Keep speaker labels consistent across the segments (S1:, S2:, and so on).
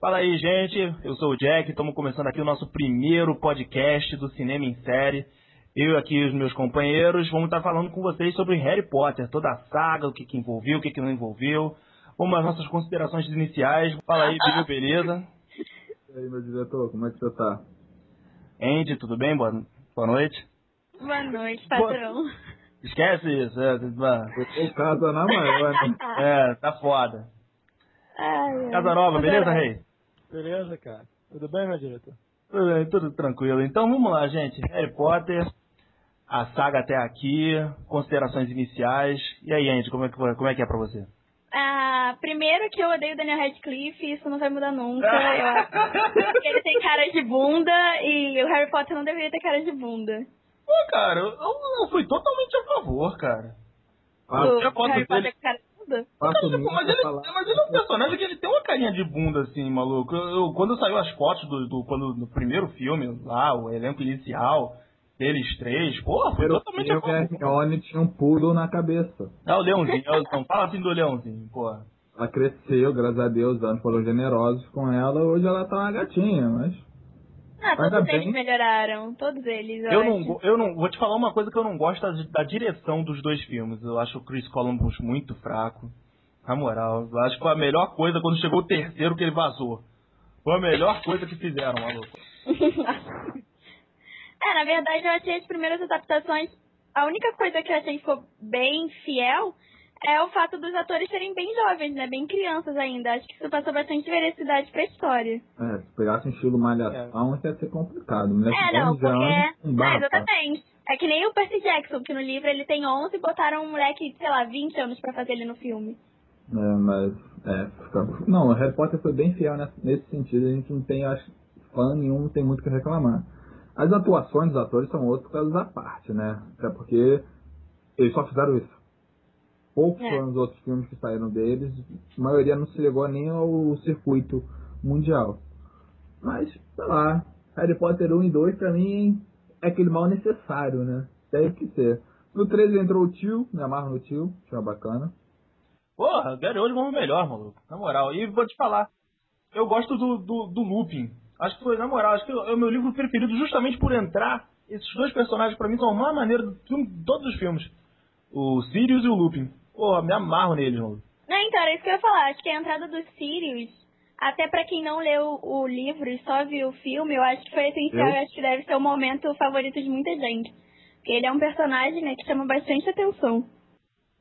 S1: Fala aí, gente. Eu sou o Jack. Estamos começando aqui o nosso primeiro podcast do Cinema em Série. Eu aqui e os meus companheiros vamos estar falando com vocês sobre Harry Potter, toda a saga, o que, que envolveu, o que, que não envolveu. Vamos às nossas considerações iniciais. Fala aí, Bibi, beleza?
S2: E aí, meu diretor, como é que você tá?
S1: Andy, tudo bem? Boa, boa noite.
S3: Boa noite, padrão.
S1: Esquece isso. É,
S2: Você em casa na maior, né?
S1: é, tá foda.
S3: Ai, ai.
S1: Casa Nova, beleza, Rei?
S4: Beleza, cara? Tudo bem, meu diretor?
S1: Tudo bem, tudo tranquilo. Então vamos lá, gente. Harry Potter, a saga até aqui, considerações iniciais. E aí, Andy, como é que, foi- como é, que é pra você?
S3: Ah, primeiro que eu odeio o Daniel Radcliffe, isso não vai mudar nunca. Eu acho que ele tem cara de bunda e o Harry Potter não deveria ter cara de bunda.
S1: Pô, cara, eu, eu- eu fui totalmente a favor, cara.
S2: Passa,
S3: o
S1: Harry Potter
S3: Harry Potter
S1: Ah, dele-
S3: com cara de bunda.
S2: passa
S1: Cara,
S2: o
S1: tipo,
S2: link
S1: mas,
S2: pra
S1: ele,
S2: falar.
S1: mas ele é um personagem que ele tem uma carinha de bunda, assim, maluco. Eu, eu- quando saiu as fotos do, do- quando, do primeiro filme, lá, o elenco inicial, deles três, porra, foi
S2: Primeiro
S1: totalmente a
S2: filme, a
S1: favor.
S2: Hermione tinha um pulo na cabeça.
S1: Ah, o Leãozinho, não fala assim do Leãozinho, porra.
S2: Ela cresceu, graças a Deus, os anos foram generosos com ela. Hoje ela tá uma gatinha, mas...
S3: Ah,
S2: Mas
S3: todos
S2: tá
S3: eles
S2: bem.
S3: melhoraram. Todos eles, eu,
S1: Eu
S3: acho.
S1: não, go- eu não vou te falar uma coisa que eu não gosto da, da direção dos dois filmes. Eu acho o Chris Columbus muito fraco. Na moral, eu acho que foi a melhor coisa quando chegou o terceiro que ele vazou. Foi a melhor coisa que fizeram, maluco.
S3: É, na verdade, eu achei as primeiras adaptações. A única coisa que eu achei que ficou bem fiel é o fato dos atores serem bem jovens, né? Bem crianças ainda. Acho que isso passou bastante veracidade pra história.
S2: É, se pegasse um estilo malhação, isso ia ser complicado. Mulher
S3: É,
S2: com
S3: não,
S2: 10 anos,
S3: porque.
S2: um
S3: Ah,
S2: barba.
S3: exatamente. É que nem o Percy Jackson, que no livro ele tem 11 e botaram um moleque, sei lá, 20 anos pra fazer ele no filme.
S2: É, mas... É, fica... Não, o Harry Potter foi bem fiel nesse, nesse sentido. A gente não tem, acho, fã nenhum, não tem muito o que reclamar. As atuações dos atores são outros casos à parte, né? Até porque eles só fizeram isso. Poucos
S3: É.
S2: foram os outros filmes que saíram deles. A maioria não se ligou nem ao circuito mundial. Mas, sei lá, Harry Potter 1 e 2 pra mim é aquele mal necessário, né? Deve que ser. No 13 entrou o tio, me amarro no tio, que é bacana.
S1: Porra, Gary Oldman é o melhor, maluco. Na moral. E vou te falar, eu gosto do, do, do Lupin. Acho que foi, na moral, acho que é o meu livro preferido justamente por entrar. Esses dois personagens, pra mim, são a mais maneira do filme, de todos os filmes. O Sirius e o Lupin. Porra, me amarro neles, maluco.
S3: Não, então, era isso que eu ia falar. Acho que a entrada dos Sirius, até pra quem não leu o livro e só viu o filme, eu acho que foi essencial.
S2: Eu?
S3: Eu acho que deve ser o momento favorito de muita gente. Porque ele é um personagem né, que chama bastante atenção.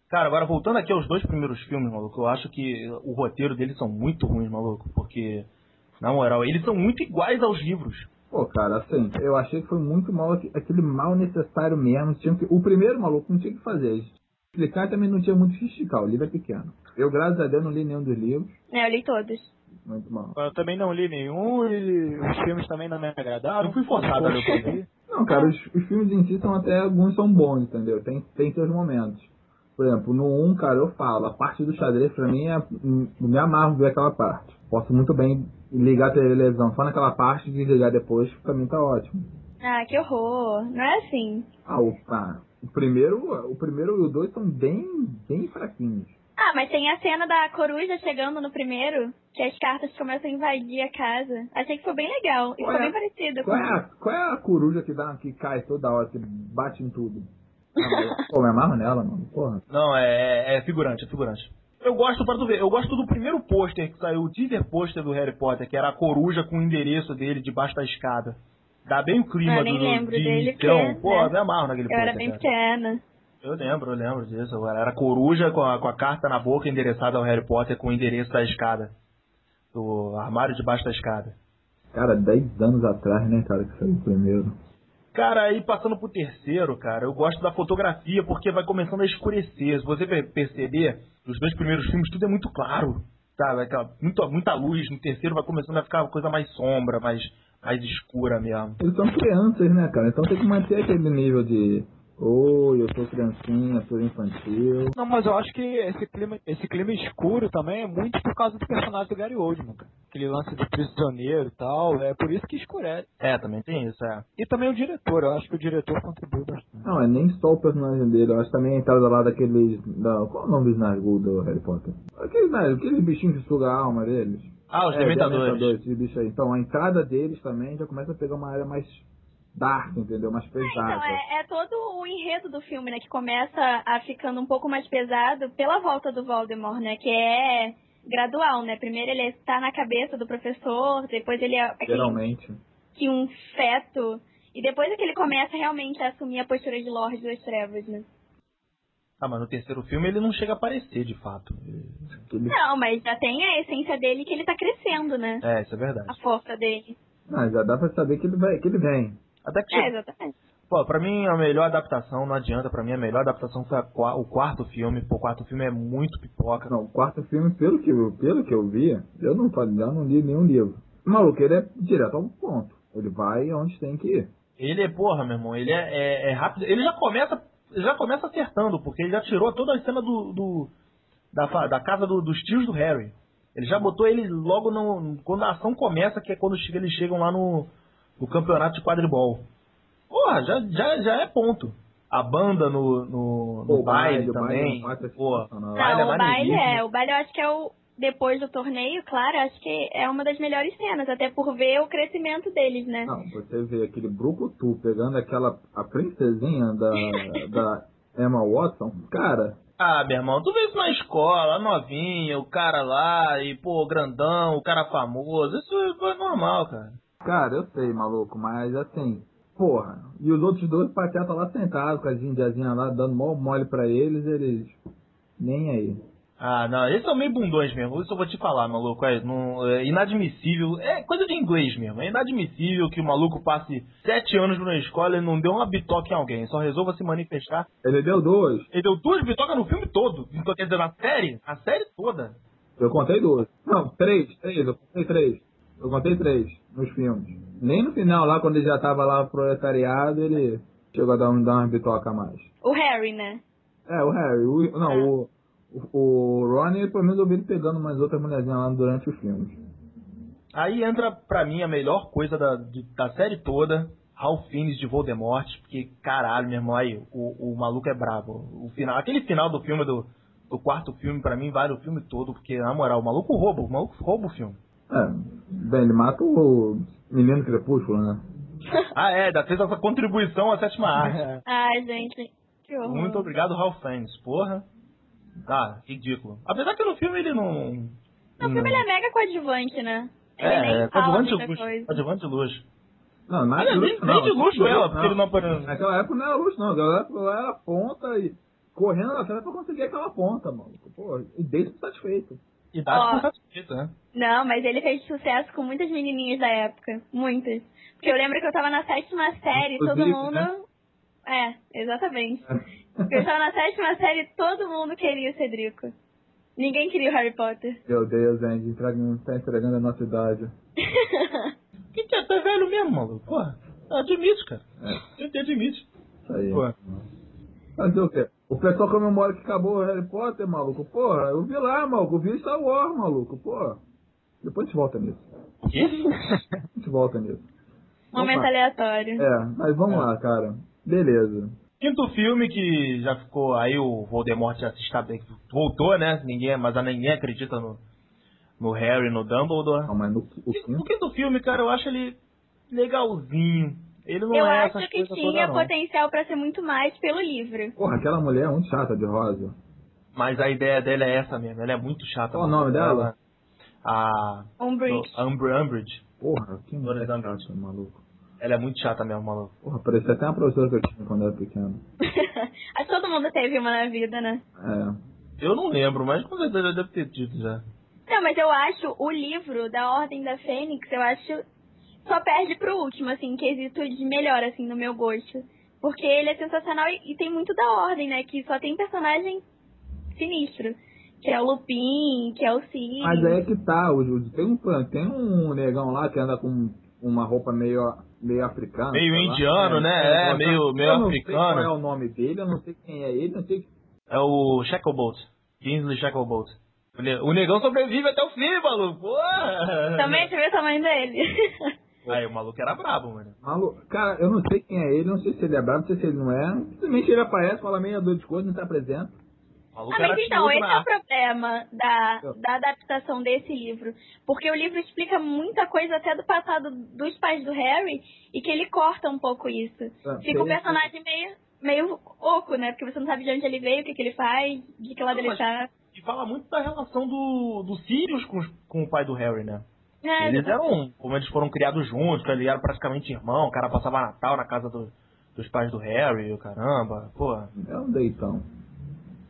S1: Cara, agora voltando aqui aos dois primeiros filmes, maluco, eu acho que o roteiro deles são muito ruins, maluco, porque, na moral, eles são muito iguais aos livros.
S2: Pô, cara, assim, eu achei que foi muito mal, aqu- aquele mal necessário mesmo. Tinha que, o primeiro maluco não tinha o que fazer. eles Explicar também não tinha muito o que explicar, o livro é pequeno. Eu, graças a Deus, não li nenhum dos livros.
S3: Né, eu li todos.
S2: Muito mal.
S4: Eu também não li nenhum e os filmes também não me agradaram.
S1: Eu fui forçado a ler o primeiro.
S2: Não, cara, os, os filmes em si são até alguns são bons, entendeu? Tem, tem seus momentos. Por exemplo, no 1, cara, eu falo, a parte do xadrez pra mim é. hum, Me amarro ver aquela parte. Posso muito bem ligar a televisão só naquela parte e desligar depois, pra mim tá ótimo.
S3: Ah, que horror. Não é assim.
S2: Ah, o, ah, o primeiro, o primeiro e o dois são bem, bem fraquinhos.
S3: Ah, mas tem a cena da coruja chegando no primeiro, que as cartas começam a invadir a casa. Achei que foi bem legal. E
S2: Ué,
S3: foi bem parecido.
S2: Qual é a, qual é a coruja que, dá, que cai toda hora, que bate em tudo? Ah, mas- Pô, me amarro nela, mano. Porra.
S1: Não, é, é figurante, é figurante. Eu gosto, para tu ver, eu gosto do primeiro pôster que saiu, o teaser pôster do Harry Potter, que era a coruja com o endereço dele debaixo da escada. Dá bem o clima
S3: Ah, Eu nem
S1: do
S3: lembro
S1: de
S3: dele,
S1: missão.
S3: porque, né?
S1: Pô, me amarro naquele
S3: Eu
S1: pôster,
S3: era bem
S1: cara.
S3: pequena.
S1: Eu lembro, eu lembro disso. Eu Era a coruja com a, com a carta na boca endereçada ao Harry Potter com o endereço da escada. Do armário debaixo da escada.
S2: Cara, 10 anos atrás, né, cara, que saiu o primeiro.
S1: Cara, aí passando pro terceiro, cara, eu gosto da fotografia porque vai começando a escurecer. Se você per- perceber, nos dois primeiros filmes tudo é muito claro, sabe? Aquela, muita, muita luz. No terceiro vai começando a ficar uma coisa mais sombra, mais, mais escura mesmo.
S2: Eles são crianças, né, cara? Então tem que manter aquele nível de. Oi, eu sou criancinha, sou infantil.
S4: Não, mas eu acho que esse clima, esse clima escuro também é muito por causa do personagem do Gary Oldman, cara. Aquele lance de prisioneiro e tal, é por isso que escurece.
S1: É, também tem isso, é.
S4: E também o diretor, eu acho que o diretor contribuiu bastante.
S2: Não, é nem só o personagem dele, eu acho também a entrada lá né, daqueles. Da, qual é o nome dos Nazgûl do Harry Potter? Aqueles, Naz- aqueles bichinhos que sugam a alma deles.
S1: Ah, os
S2: É,
S1: Dementadores.
S2: Dementadores, esse bicho aí. Então a entrada deles também já começa a pegar uma área mais dark, entendeu? Mais pesada.
S3: Então, é, é todo o enredo do filme, né? Que começa a ficando um pouco mais pesado pela volta do Voldemort, né? Que é gradual, né? Primeiro ele está na cabeça do professor, depois ele é aquele,
S2: Geralmente.
S3: que um feto. E depois é que ele começa realmente a assumir a postura de Lorde das Trevas, né?
S1: Ah, mas no terceiro filme ele não chega a aparecer, de fato. Ele-
S2: Aquele...
S3: Não, mas já tem a essência dele que ele tá crescendo, né?
S1: É, isso é
S3: A
S1: verdade.
S3: força dele.
S2: Ah, já dá pra saber que ele, vai, que ele vem.
S1: Até que,
S3: É, exatamente.
S1: pô, pra mim é a melhor adaptação, não adianta, pra mim é a melhor adaptação foi a qua- o quarto filme. Pô, o quarto filme é muito pipoca.
S2: Não, o quarto filme, pelo que eu, pelo que eu vi, eu não falei, eu não li nenhum livro. O maluco, ele é direto ao ponto. Ele vai onde tem que ir.
S1: Ele é, porra, meu irmão, ele é, é- é rápido. Ele já começa, ele já começa acertando, porque ele já tirou toda a cena do. do- da, fa- da casa do- dos tios do Harry. Ele já botou ele logo no. Quando a ação começa, que é quando chega- eles chegam lá no, no campeonato de quadribol. Porra, já, já, já é ponto. A banda no, no, no
S2: Pô, o
S1: baile,
S2: baile, o baile é
S1: também.
S2: uma parte
S1: Porra,
S2: sensacional.
S1: o baile é
S3: Não, o baile
S1: maneiríssimo.
S3: é. O baile eu acho que é o. Depois do torneio, claro, eu acho que é uma das melhores cenas, até por ver o crescimento deles, né?
S1: Ah,
S2: Não, você vê aquele brucutu pegando aquela a princesinha da, da Emma Watson, cara,
S1: Ah, meu irmão, tu vê isso na escola, a novinha, o cara lá, e pô, o grandão, o cara famoso. Isso é normal, cara.
S2: cara, eu sei, maluco, mas assim, porra, e os outros dois patetas lá sentados com as indiazinhas lá, dando mó mole pra eles, eles nem aí.
S1: Ah, não, eles são meio bundões mesmo, isso eu vou te falar, maluco. É, não- é inadmissível, é coisa de inglês mesmo. É inadmissível que o maluco passe sete anos na escola e não deu uma bitoca em alguém, só resolva se manifestar.
S2: Ele deu dois,
S1: Ele deu duas bitocas no filme todo, então quer dizer, na série, a série toda.
S2: eu contei dois. Não, três, três, eu contei três. Eu contei três nos filmes. Nem no final lá, quando ele já tava lá proletariado, ele chegou a dar, um, dar umas bitoca a mais.
S3: O Harry, né?
S2: É, o Harry. O, não, o, o, o Ronnie, pelo menos eu vi ele pegando umas outras mulherzinhas lá durante o filme.
S1: Aí entra, pra mim, a melhor coisa da, de- da série toda, Ralph Fiennes de Voldemort, porque, caralho, meu irmão, aí, o, o maluco é brabo. O final, aquele final do filme, do, do quarto filme, pra mim, vale o filme todo, porque, na moral, o maluco rouba, o maluco rouba o filme.
S2: É, bem, ele mata o menino crepúsculo, né?
S1: Ah, é, da fez essa contribuição à sétima arte.
S5: É.
S3: Ai, gente. Que horror.
S1: Muito obrigado, Ralph Fiennes, porra. Ah, ridículo. Apesar que no filme ele não...
S3: Não, o filme ele é mega coadjuvante, né? Ele
S1: É,
S3: nem
S1: é
S3: fala
S1: coadjuvante
S3: muita
S1: de luz.
S3: coisa. é
S1: Coadjuvante de luz.
S2: Não, não
S1: Olha,
S2: era
S1: nem- nem de luxo
S3: né?
S1: ela, porque ele não é, apareceu.
S2: Naquela época não era luxo, não. Naquela época ela era ponta e correndo na tela pra conseguir aquela ponta, mano. Pô, e desde satisfeito.
S1: Idade
S3: Ó.
S1: por satisfeita, né?
S3: Não, mas ele fez sucesso com muitas menininhas da época. Muitas. Porque eu lembro que eu tava na sétima série, todo
S2: Inclusive,
S3: mundo.
S2: né?
S3: É, exatamente. Eu tava na sétima série, todo mundo queria o Cedrico. Ninguém queria o Harry Potter.
S2: Meu Deus, Andy, entrega- tá entregando a nossa idade.
S1: Que que é? Tu é velho mesmo, maluco, porra. Admite, cara.
S2: É.
S1: Eu te admite.
S2: Isso aí.
S1: Porra.
S2: Fazer o quê? O pessoal comemora que acabou o Harry Potter, maluco. Porra, eu vi lá, maluco. Eu vi Star Wars, maluco. Porra. Depois a gente volta nisso.
S1: Que?
S2: A gente volta nisso.
S3: Momento
S2: Opa.
S3: aleatório.
S2: É, mas vamos lá, cara. Beleza.
S1: Quinto filme que já ficou. Aí o Voldemort já se estabe- voltou, né? Ninguém, mas ninguém acredita no, no Harry, no Dumbledore.
S2: Não, mas no, o
S1: O
S2: quinto...
S1: quinto filme, cara, eu acho ele legalzinho. Ele não
S3: eu
S1: é
S3: acho
S1: essas
S3: que
S1: coisas todas,
S3: tinha
S1: não.
S3: potencial pra ser muito mais pelo livro.
S2: Porra, aquela mulher é muito chata de rosa.
S1: Mas a ideia dela é essa mesmo. Ela é muito chata.
S2: Qual o nome
S1: Ela-
S2: dela?
S1: A
S3: Umbridge.
S1: Umbr- Umbridge.
S2: Porra, que mulher
S1: Dona Isabel.
S2: chata, maluco.
S1: Ela é muito chata mesmo, maluco.
S2: Porra, parecia até uma professora que eu tinha quando era pequeno.
S3: acho que todo mundo teve uma na vida, né?
S2: É.
S1: Eu não lembro, mas com certeza deve ter tido já.
S3: Não, mas eu acho o livro da Ordem da Fênix, eu acho. Só perde pro último, assim, em quesito de melhor, assim, no meu gosto. Porque ele é sensacional e, e tem muito da Ordem, né? Que só tem personagem sinistro. Que é o Lupin, que é o Sirius.
S2: Mas aí é que tá. o- o- Tem um, tem um negão lá que anda com uma roupa meio, meio africana.
S1: Meio
S2: sei lá.
S1: indiano, né? É, meio- meio
S2: eu não
S1: africano.
S2: sei qual é o nome dele, eu não sei quem é ele, eu não sei
S1: É o Shacklebolt. Kingsley Shacklebolt. O ne- O negão sobrevive até o fim, maluco. Porra!
S3: Também você vê o tamanho dele.
S1: Aí o maluco era brabo, mano.
S2: Malu... Cara, eu não sei tá quem é ele, não sei se ele é brabo, não sei se ele não é. Simplesmente ele aparece, fala meia dor de coisa, não se apresenta.
S1: maluco
S3: Ah,
S1: era
S3: mas então,
S1: tinhoso
S3: esse
S1: na
S3: é o
S1: arte.
S3: problema da,
S2: Eu-
S3: da adaptação desse livro. Porque o livro explica muita coisa até do passado dos pais do Harry e que ele corta um pouco isso.
S2: Ah,
S3: Fica um
S2: seria-
S3: personagem meio, meio oco, né? Porque você não sabe de onde ele veio, o que, que ele faz, de que lado
S1: Não,
S3: ele
S1: mas-
S3: tá.
S1: E fala muito da relação do, do Sirius com, os- com o pai do Harry, né?
S3: É,
S1: Eles
S3: tipo,
S1: eram, como eles foram criados juntos, eles eram praticamente irmão, o cara passava Natal na casa do- dos pais do Harry, o caramba, pô.
S2: É um deitão.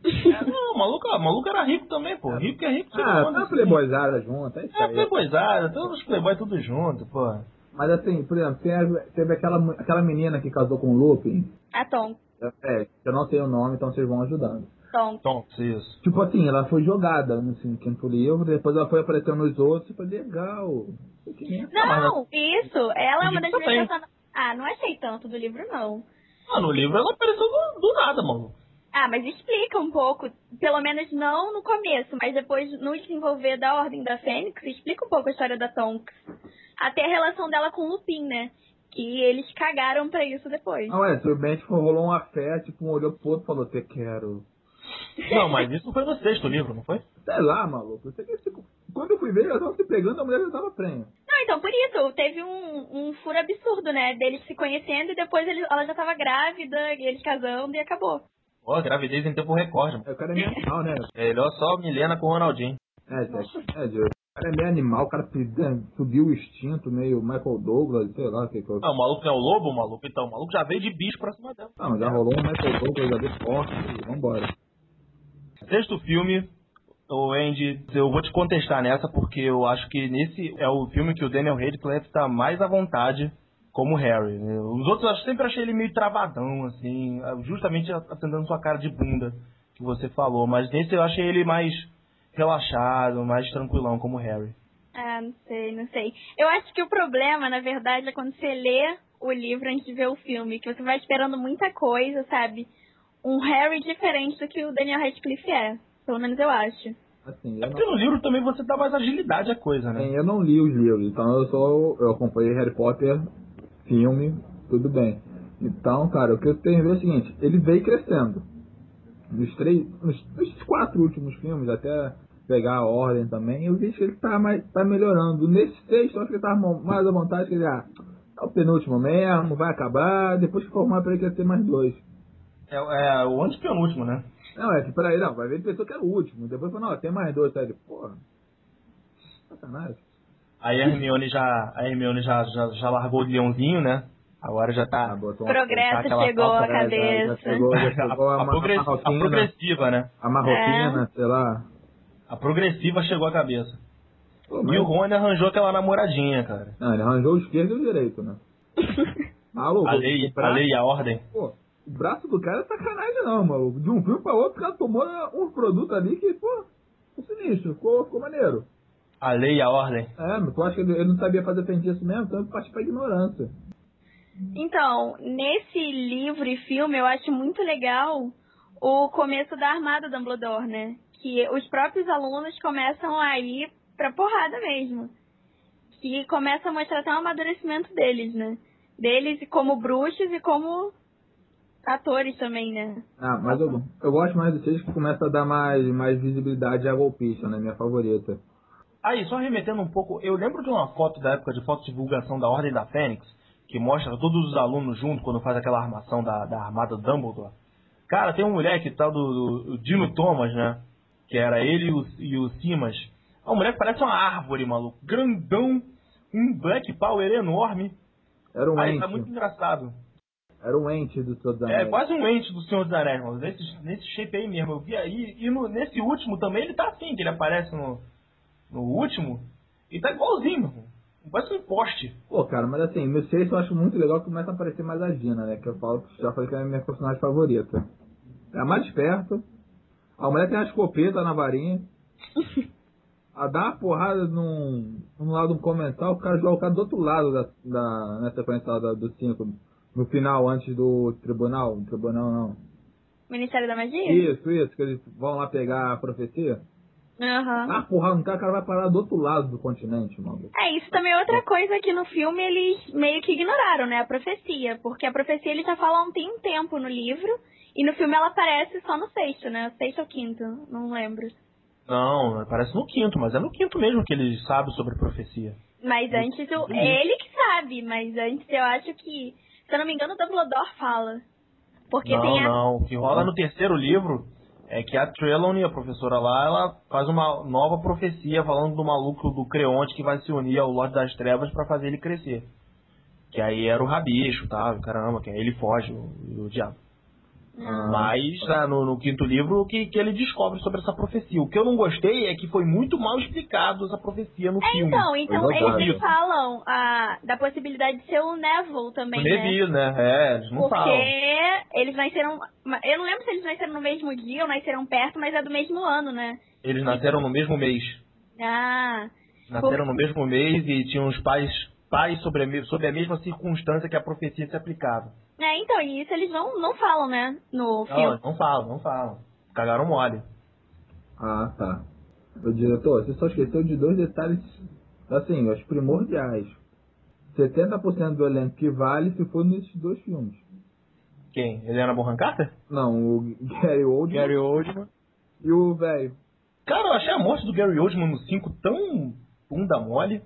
S1: É, não, o maluco, o maluco era rico também, pô. Rico é rico,
S2: Ah,
S1: todo
S2: tá
S1: mundo.
S2: uma playboyzada junto, é isso
S1: É,
S2: aí.
S1: playboyzada, todos os playboys tudo junto, pô.
S2: Mas assim, por exemplo, teve, teve aquela, mu- aquela menina que casou com o Lupin.
S3: a ah, Tom.
S2: É, que eu não sei o nome, então vocês vão ajudando.
S3: Tom.
S1: Tom, isso.
S2: Tipo assim, ela foi jogada no assim, quinto livro, depois ela foi aparecendo nos outros, e foi legal. Quem é essa barra?
S3: Não, isso. Ela é uma
S1: O
S3: das
S1: livro também.
S3: minhas personagens. Ah, não achei tanto do livro, não.
S1: Ah, no livro ela apareceu do, do nada, maluco.
S3: Ah, mas explica um pouco. Pelo menos não no começo, mas depois no desenvolver da Ordem da Fênix, explica um pouco a história da Tonks. Até a relação dela com o Lupin, né? Que eles cagaram pra isso depois.
S2: Ah, ué, simplesmente rolou uma fé, tipo, um olhou pro outro e falou, te quero.
S1: Não, mas isso foi no sexto livro, não foi?
S2: Sei lá, maluco. eu sei que esse- Quando eu fui ver, elas tava se pegando, a mulher já tava prenha.
S3: Não, então por isso, teve um, um furo absurdo, né? Deles se conhecendo e depois ele- ela já tava grávida, e eles casando e acabou.
S1: Ó, gravidez em tempo recorde, mano.
S2: É, O cara é meio animal, né?
S1: É, olha só Milena com o Ronaldinho.
S2: É, Jack. É, Jack. O cara é meio animal, o cara pide- subiu o instinto, meio Michael Douglas, sei lá o que que eu...
S1: Ah, o maluco não é o lobo, maluco? Então, o maluco já veio de bicho pra cima dela.
S2: Não, já rolou um Michael Douglas ali forte, vambora.
S1: Sexto filme, o Andy, eu vou te contestar nessa, porque eu acho que nesse é o filme que o Daniel Radcliffe tá mais à vontade como Harry. né? Os outros eu sempre achei ele meio travadão, assim, justamente atendendo sua cara de bunda que você falou. Mas nesse eu achei ele mais relaxado, mais tranquilão como Harry.
S3: Ah, não sei, não sei. Eu acho que o problema, na verdade, é quando você lê o livro antes de ver o filme, que você vai esperando muita coisa, sabe? Um Harry diferente do que o Daniel Radcliffe é. Pelo menos eu acho.
S2: Assim,
S1: É
S2: eu
S1: porque
S2: não,
S1: no livro também você dá mais agilidade à coisa, né?
S2: bem, eu não li os livros, então eu só eu acompanhei Harry Potter, filme, tudo bem. Então, cara, o que eu tenho a ver é o seguinte, ele veio crescendo. Nos três, nos, nos quatro últimos filmes, até pegar a ordem também, eu vi que ele tá, mais, tá melhorando. Nesse sexto, eu acho que ele tá mo- mais à vontade, que ele, ah, é o penúltimo mesmo, vai acabar, depois que formar pra ele quer ter mais dois.
S1: É, é o antepenúltimo, né?
S2: Não, é que peraí, não, vai ver ele pensou que era o último, depois falou, não, tem mais dois, tá? Ele, porra, sacanagem.
S1: Aí a Hermione já, a Hermione já, já, já largou o leãozinho, né? Agora já tá...
S2: Ah, botou uma-
S3: Progresso
S1: aquela
S3: chegou à
S1: falta, né?
S2: É, já- já
S3: cabeça.
S2: pegou- já
S1: A,
S2: pegou a,
S1: a
S2: ma- a
S1: progress- a
S2: marroquina,
S1: progressiva, né?
S2: a marroquina, sei lá.
S1: A progressiva chegou à cabeça.
S2: Pô,
S1: E
S2: mas-
S1: o Rony arranjou aquela namoradinha, cara.
S2: Não, ele arranjou o esquerdo e o direito, né? Maluco,
S1: A lei,
S2: o
S1: a
S2: braço,
S1: lei e a ordem.
S2: pô, o braço do cara é sacanagem não, maluco. De um filme pra outro, o cara tomou um produto ali que, pô, ficou sinistro, ficou, ficou maneiro.
S1: A lei e a ordem.
S2: É, mas tu acha que ele, ele não sabia fazer feitiço mesmo, então ele parte pra ignorância.
S3: Então, nesse livro e filme, eu acho muito legal o começo da Armada Dumbledore, né? Que os próprios alunos começam a ir pra porrada mesmo. Que começa a mostrar até um amadurecimento deles, né? Deles como bruxos e como atores também, né?
S2: Ah, mas eu, eu gosto mais do sexto que começa a dar mais, mais visibilidade à golpista, né? Minha favorita.
S1: Aí, só remetendo um pouco, eu lembro de uma foto da época de foto de divulgação da Ordem da Fênix, que mostra todos os alunos junto quando faz aquela armação da, da armada do Dumbledore. Cara, tem um moleque tal do, do Dino Thomas, né? Que era ele e o, e o Simas. É um moleque que parece uma árvore, maluco. Grandão, um Black Power enorme.
S2: Era um
S1: Aí
S2: ente.
S1: tá muito engraçado.
S2: Era um ente do Senhor dos
S1: É
S2: Anéis.
S1: quase um ente do Senhor dos Anéis, mano. Nesse, nesse shape aí mesmo. Eu vi aí. E no- nesse último também ele tá assim, que ele aparece no, no último. E tá igualzinho, mano. Parece um poste.
S2: Pô, cara, mas assim, meu sexto eu acho muito legal que começa a aparecer mais a Gina, né? Que eu falo, já falei que é a minha personagem favorita. É a mais perto. A mulher tem uma escopeta na varinha. A dar uma porrada num, num lado do comensal, o cara joga o cara do outro lado da, da na sequência lá da- do 5. No final, antes do tribunal. Tribunal não.
S3: Ministério da Magia?
S2: Isso, isso, que eles vão lá pegar a profecia.
S3: Aham.
S2: Ah, porra, arrancar, o cara vai parar do outro lado do continente, maluco.
S3: É, isso também é outra coisa que no filme eles meio que ignoraram, né? A profecia. Porque a profecia ele já fala há um tem tempo no livro. E no filme ela aparece só no sexto, né? Sexto ou quinto, não lembro.
S1: Não, aparece no quinto, mas é no quinto mesmo que ele sabe sobre profecia.
S3: Mas antes, o-
S1: uhum.
S3: é ele que sabe. Mas antes eu acho que, se eu não me engano, o Dumbledore fala. Porque
S1: não,
S3: tem a...
S1: não. O que rola no terceiro livro é que a Trelawney, a professora lá, ela faz uma nova profecia falando do maluco do Creonte que vai se unir ao Lorde das Trevas pra fazer ele crescer. Que aí era o rabicho, tá? Caramba, que aí ele foge, o, o diabo. Mas ah, no, no quinto livro que, que ele descobre sobre essa profecia. O que eu não gostei é que foi muito mal explicado essa profecia no
S3: É,
S1: filme.
S3: então, então
S2: Foi
S3: eles
S2: jogado.
S3: nem falam ah, da possibilidade de ser o Neville também,
S1: O
S3: né?
S1: Neville, né? É, eles não
S3: Porque
S1: falam.
S3: eles nasceram. Eu não lembro se eles nasceram no mesmo dia ou nasceram perto, mas é do mesmo ano, né?
S1: Eles nasceram no mesmo mês.
S3: Ah.
S1: Nasceram no mesmo mês e tinham os pais, pais sobre a, me- sobre a mesma circunstância que a profecia se aplicava.
S3: É, então, e isso eles não, não falam, né?
S1: Não,
S3: No filme.
S1: não falam, não falam. Cagaram mole.
S2: Ah, tá. Ô, diretor, você só esqueceu de dois detalhes, assim, os primordiais. 70% do elenco que vale se for nesses dois filmes.
S1: Quem? Helena Bonham Carter?
S2: Não, o Gary Oldman
S4: Gary Oldman.
S2: e o velho.
S1: Cara, eu achei a morte do Gary Oldman no 5 tão bunda mole.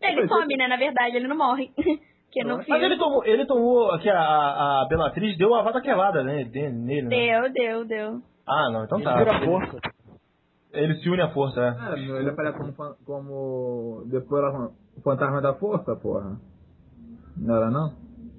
S3: Ele some, né? Na verdade, ele não morre. Porque no
S1: Mas ele
S3: filme.
S1: tomou, ele tomou que a, a Belatriz deu a vada né, de- nele, né?
S3: Deu, deu, deu.
S1: Ah, não, então
S4: Ele
S1: tá.
S4: vira força.
S1: Ele se une à força, é.
S2: É, meu, ele aparece como, fan- como depois era o fantasma da força, porra. Não era não?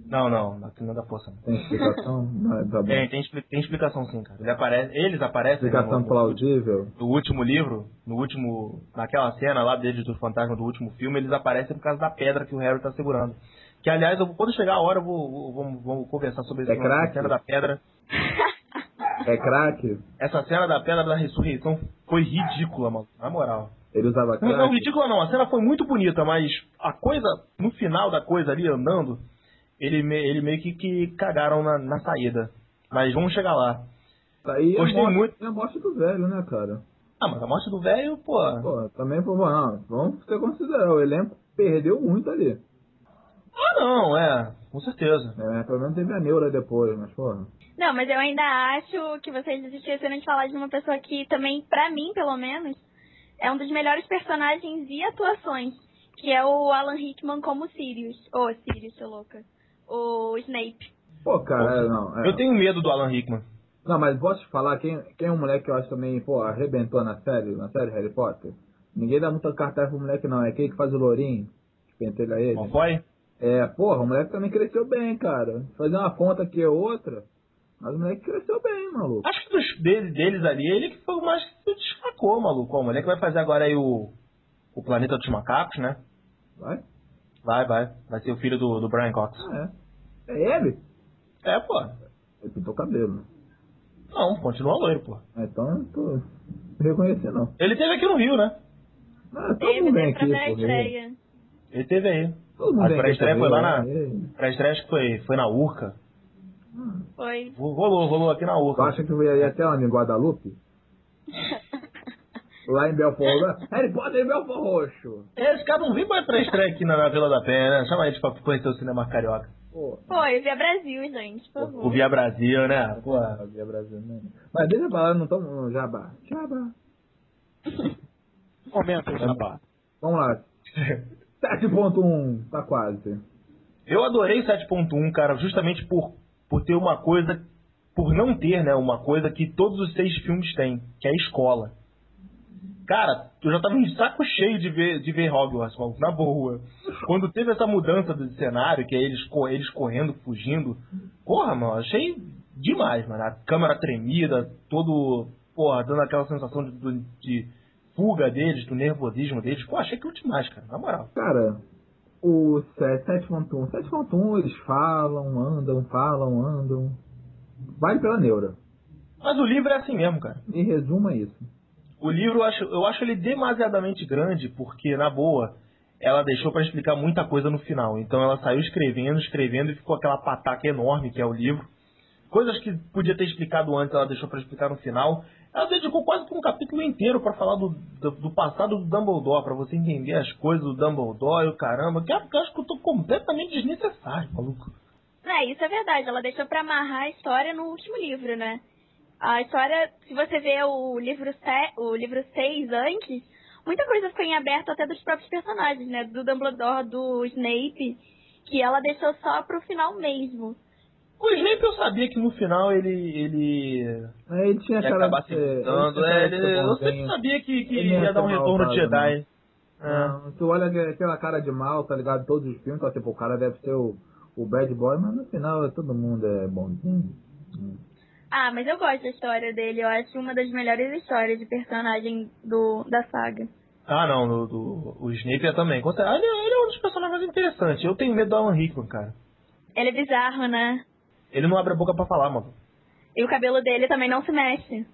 S1: Não, não, aqui não é da força. não.
S2: Tem explicação? Não, tá bom.
S1: Tem, tem, expli- tem explicação sim, cara. Ele aparece, eles aparecem né, no,
S2: explicação
S1: no,
S2: plausível?
S1: no último livro, no último. naquela cena lá dele do fantasma do último filme, eles aparecem por causa da pedra que o Harry tá segurando. Que aliás, eu vou- quando chegar a hora, eu vou, vou- vamos, vamos conversar sobre
S2: É
S1: essa
S2: craque?
S1: cena da pedra.
S2: É craque?
S1: Essa cena da pedra da ressurreição foi ridícula, mano. Na moral.
S2: Ele usava
S1: Não, não,
S2: É craque?
S1: ridícula não. A cena foi muito bonita, mas a coisa, no final da coisa ali, andando, ele, me- ele meio que, que cagaram na, na saída. Mas vamos chegar lá.
S2: Isso aí é
S1: Gostei
S2: morte-
S1: muito.
S2: É a morte do velho, né, cara?
S1: Ah, mas a morte do velho, pô.
S2: Pô, também foi bom. Não, vamos ser considerar. O elenco perdeu muito ali.
S1: Ah, não, é. Com certeza.
S2: É, pelo menos teve a neura depois, mas porra.
S3: Não, mas eu ainda acho que vocês esqueceram de falar de uma pessoa que também, pra mim, pelo menos, é um dos melhores personagens e atuações. Que é o Alan Rickman como Sirius. Ô, Sirius, seu louca. O Snape.
S2: Pô, cara, é, não. é.
S1: Eu tenho medo do Alan Rickman.
S2: Não, mas posso te falar quem, quem é um moleque que eu acho também, pô, arrebentou na série, na série Harry Potter? Ninguém dá muita cartaz pro moleque, não. É aquele que faz o lourinho, que pentelha ele.
S1: Malfoy?
S2: É, porra, o moleque também cresceu bem, cara. Fazer uma ponta aqui é outra, mas o moleque cresceu bem, maluco.
S1: Acho que dos dele- deles ali, ele que foi o mais que se destacou, maluco. O moleque vai fazer agora aí o. O Planeta dos Macacos, né?
S2: Vai?
S1: Vai, vai. Vai ser o filho do, do Brian Cox.
S2: Ah, é. É ele?
S1: É, pô.
S2: Ele pintou o cabelo. né,
S1: Não, continua loiro, pô.
S2: Então, eu tô reconhecendo, não.
S1: Ele teve aqui no Rio, né?
S2: Ah, todo
S3: Teve,
S2: mundo vem
S3: teve
S2: aqui,
S3: é pra minha
S2: porra.
S3: estreia.
S1: Ele teve aí.
S2: Todo mundo
S1: A
S2: vem aqui.
S1: pré-estreia foi
S2: correr,
S1: lá na.
S2: né?
S1: Pré-estreia acho que foi, foi na Urca.
S3: Foi.
S1: Ro- Rolou, rolou aqui na
S2: Tu
S1: Urca.
S2: acha que eu ia até onde? Em Guadalupe? Lá em Belfort Roxo? Harry Potter em Belfort Roxo!
S1: É, esse cara não vem pra pré-estreia aqui na, na Vila da Penha, né? Chama eles pra conhecer o cinema carioca.
S2: Pô,
S3: Foi, Via Brasil, gente, por favor.
S1: O Via Brasil, né? Pô.
S2: via Brasil, né? Mas deixa pra lá, não tão no jabá. Jabá.
S4: Momento, Jabá.
S2: Vamos lá. 7.1, tá quase.
S1: Eu adorei 7.1, cara, justamente por, por ter uma coisa. Por não ter, né? Uma coisa que todos os seis filmes têm, que é a escola. Cara, eu já tava de saco cheio de ver, de ver Hogwarts, maluco, na boa. Quando teve essa mudança do cenário, que é eles, co- eles correndo, fugindo. Porra, mano, achei demais, mano. A câmera tremida, todo. Porra, dando aquela sensação de, de- de fuga deles, do nervosismo deles. Pô, achei aquilo demais, cara, na moral.
S2: Cara, o 7, 7.1. 7.1 eles falam, andam, falam, andam. Vale pela neura.
S1: Mas o livro é assim mesmo, cara.
S2: Em resumo é isso.
S1: O livro eu acho, eu acho ele demasiadamente grande, porque, na boa, ela deixou pra explicar muita coisa no final. Então ela saiu escrevendo, escrevendo e ficou aquela pataca enorme que é o livro. Coisas que podia ter explicado antes, ela deixou pra explicar no final. Ela dedicou quase que um capítulo inteiro pra falar do, do, do passado do Dumbledore, pra você entender as coisas do Dumbledore, o caramba, que eu, que eu acho que eu tô completamente desnecessário, maluco.
S3: É, isso é verdade. Ela deixou pra amarrar a história no último livro, né? A história, se você vê o livro 6 o livro seis antes, muita coisa ficou em aberto até dos próprios personagens, né? Do Dumbledore, do Snape, que ela deixou só pro final mesmo.
S1: O Snape eu sabia que no final ele. ele
S2: Aí ele tinha
S1: ia
S2: cara
S1: acabar se mutando. É, ele- eu sempre sabia que, que
S2: Ele ia
S1: ia dar um
S2: retomar o
S1: retorno de
S2: caso,
S1: Jedi. É.
S2: Não, tu olha que- aquela cara de mal, tá ligado? Todos os filmes, tá tipo, o cara deve ser o, o bad boy, mas no final todo mundo é bonzinho.
S3: Ah, mas eu gosto da história dele. Eu acho uma das melhores histórias de personagem do, da saga.
S1: Ah, não, do, do- o Snape é também. Conta- Ele, ele é um dos personagens mais interessantes. Eu tenho medo do Alan Rickman, cara.
S3: Ele é bizarro, né?
S1: Ele não abre a boca pra falar, mano.
S3: E o cabelo dele também não se mexe.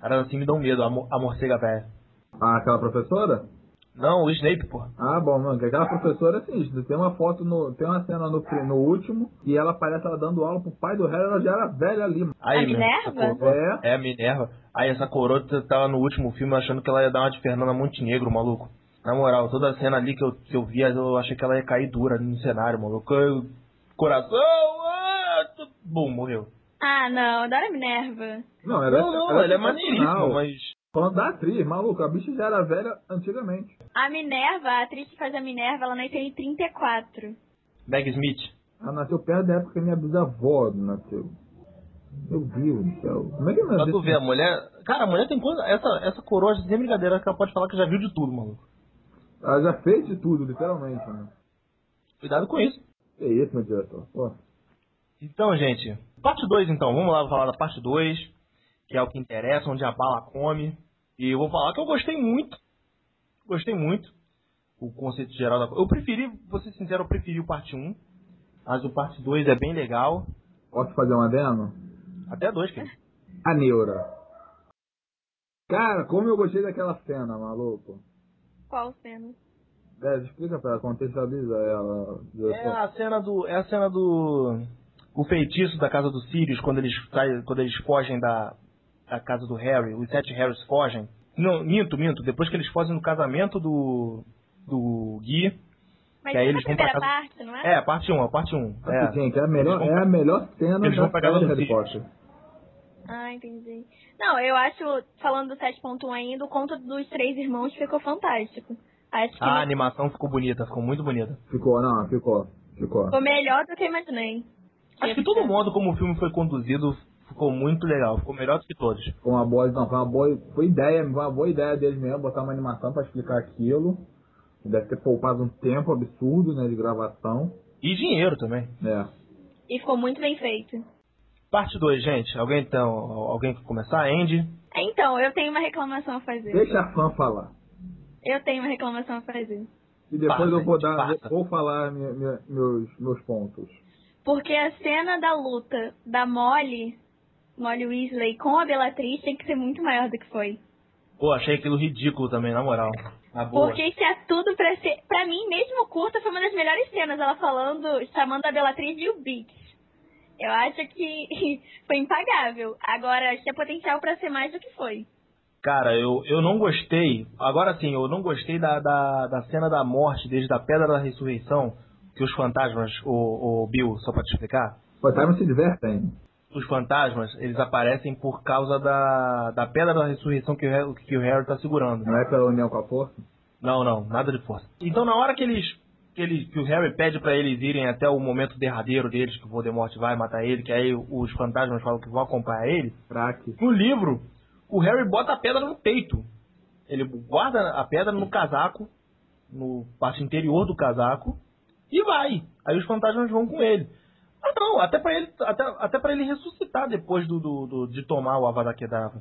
S1: Cara, assim me dão medo, a, mo- a morcega velha.
S2: Ah, aquela professora?
S1: Não, o Snape, porra.
S2: Ah, bom, mano, que aquela professora, assim, tem uma foto, no, tem uma cena no, pri- no último, e ela parece ela dando aula pro pai do Harry, ela já era velha ali, mano.
S1: Aí,
S3: A
S1: meu,
S3: Minerva?
S1: essa coroa-
S2: É.
S1: É, a Minerva. Aí essa coroa t- tava no último filme achando que ela ia dar uma de Fernanda Montenegro, maluco. Na moral, toda a cena ali que eu, que eu via, eu achei que ela ia cair dura no cenário, maluco. Eu- coração, ah, tu- bum, morreu.
S3: Ah, não. eu Adoro a Minerva.
S2: Não, era
S1: Não, não, ela
S2: era
S1: é maneiríssima,
S2: sensacional.
S1: mas...
S2: Falando da atriz, maluco, a bicha já era velha antigamente.
S3: A Minerva, a atriz que faz a Minerva, ela nasceu em 34.
S1: Meg Smith.
S2: Ela nasceu perto da época que minha bisavó nasceu. Meu Deus do céu. Como é que
S1: Pra tu
S2: nasceu?
S1: ver, a mulher... Cara, a mulher tem coisa... Essa, essa coroa, sem brincadeira, que ela pode falar que já viu de tudo, maluco.
S2: Ela já fez de tudo, literalmente, né?
S1: Cuidado com isso.
S2: Que isso, meu diretor. Pô.
S1: Então, gente, parte 2 então, vamos lá falar da parte 2, que é o que interessa, onde a bala come. E eu vou falar que eu gostei muito. Gostei muito. O conceito geral da co- Eu preferi, vou ser sincero, eu preferi o parte 1. Um, mas o parte 2 é bem legal.
S2: Posso fazer um adendo?
S1: Até 2, cara.
S2: A Neura. Cara, como eu gostei daquela cena, maluco.
S3: Qual cena?
S2: É, explica pra ela, contextualiza ela.
S1: É
S2: diretor.
S1: a cena do. É a cena do. O feitiço da casa dos Sirius, quando eles, saem- quando eles fogem da, da casa do Harry, os sete Harrys fogem. Não, minto, minto. Depois que eles fogem do casamento do. do Gui.
S3: Mas
S1: Que aí
S3: essa é a
S1: eles vão pra
S3: primeira
S1: casa-
S3: parte, não é?
S1: É, a parte 1, a parte 1.
S2: Assim,
S1: É.
S2: Gente, é a melhor,
S1: Eles vão-
S2: é a melhor cena
S1: eles
S2: da
S1: vão pra
S2: série de
S1: casa do
S2: Harry
S1: Sirius.
S2: Potter.
S3: Ah, entendi. Não, eu acho, falando do 7.1 ainda, o conto dos três irmãos ficou fantástico. Acho que
S1: A animação ficou bonita, ficou muito bonita.
S2: Ficou, não, ficou. Ficou.
S3: ficou melhor do que eu imaginei.
S1: Acho que
S3: é
S1: todo modo como o filme foi conduzido ficou muito legal, ficou melhor do que todos.
S2: Foi uma boa, não, foi uma boa, foi ideia, foi uma boa ideia deles mesmo, botar uma animação pra explicar aquilo. Deve ter poupado um tempo absurdo, né, de gravação.
S1: E dinheiro também.
S2: É.
S3: E ficou muito bem feito.
S1: Parte 2, gente. Alguém então, alguém quer começar? Andy?
S3: Então, eu tenho uma reclamação a fazer.
S2: Deixa a fã falar.
S3: Eu tenho uma reclamação a fazer.
S2: E depois
S1: Passa,
S2: eu vou
S1: gente,
S2: dar,
S1: passa.
S2: vou falar minha- minha- meus, meus pontos.
S3: Porque a cena da luta da Molly, Molly Weasley, com a Bellatrix tem que ser muito maior do que foi.
S1: Pô, achei aquilo ridículo também, na moral. Na boa.
S3: Porque isso é tudo pra ser... Pra mim, mesmo curta, foi uma das melhores cenas. Ela falando, chamando a Bellatrix e o Beats. Eu acho que foi impagável. Agora, acho que é potencial pra ser mais do que foi.
S1: Cara, eu, eu não gostei. Agora sim, eu não gostei da, da, da cena da morte, desde a Pedra da Ressurreição, que os fantasmas, o, o Bill, só pra te explicar,
S2: Pô, tá, não se divertem.
S1: os fantasmas, eles aparecem por causa da, da Pedra da Ressurreição que o, Harry- que o Harry tá segurando.
S2: Não é pela união com a força?
S1: Não, não, nada de força. Então na hora que eles. Que, eles, que o Harry pede pra eles irem até o momento derradeiro deles, que o Voldemort vai matar ele, que aí os fantasmas falam que vão acompanhar ele.
S2: Craque.
S1: No livro, o Harry bota a pedra no peito. Ele guarda a pedra no casaco, no parte interior do casaco, e vai. Aí os fantasmas vão com ele. Ah, não, até pra ele, até, até para ele ressuscitar depois do, do- do- de tomar o Avada Kedavra.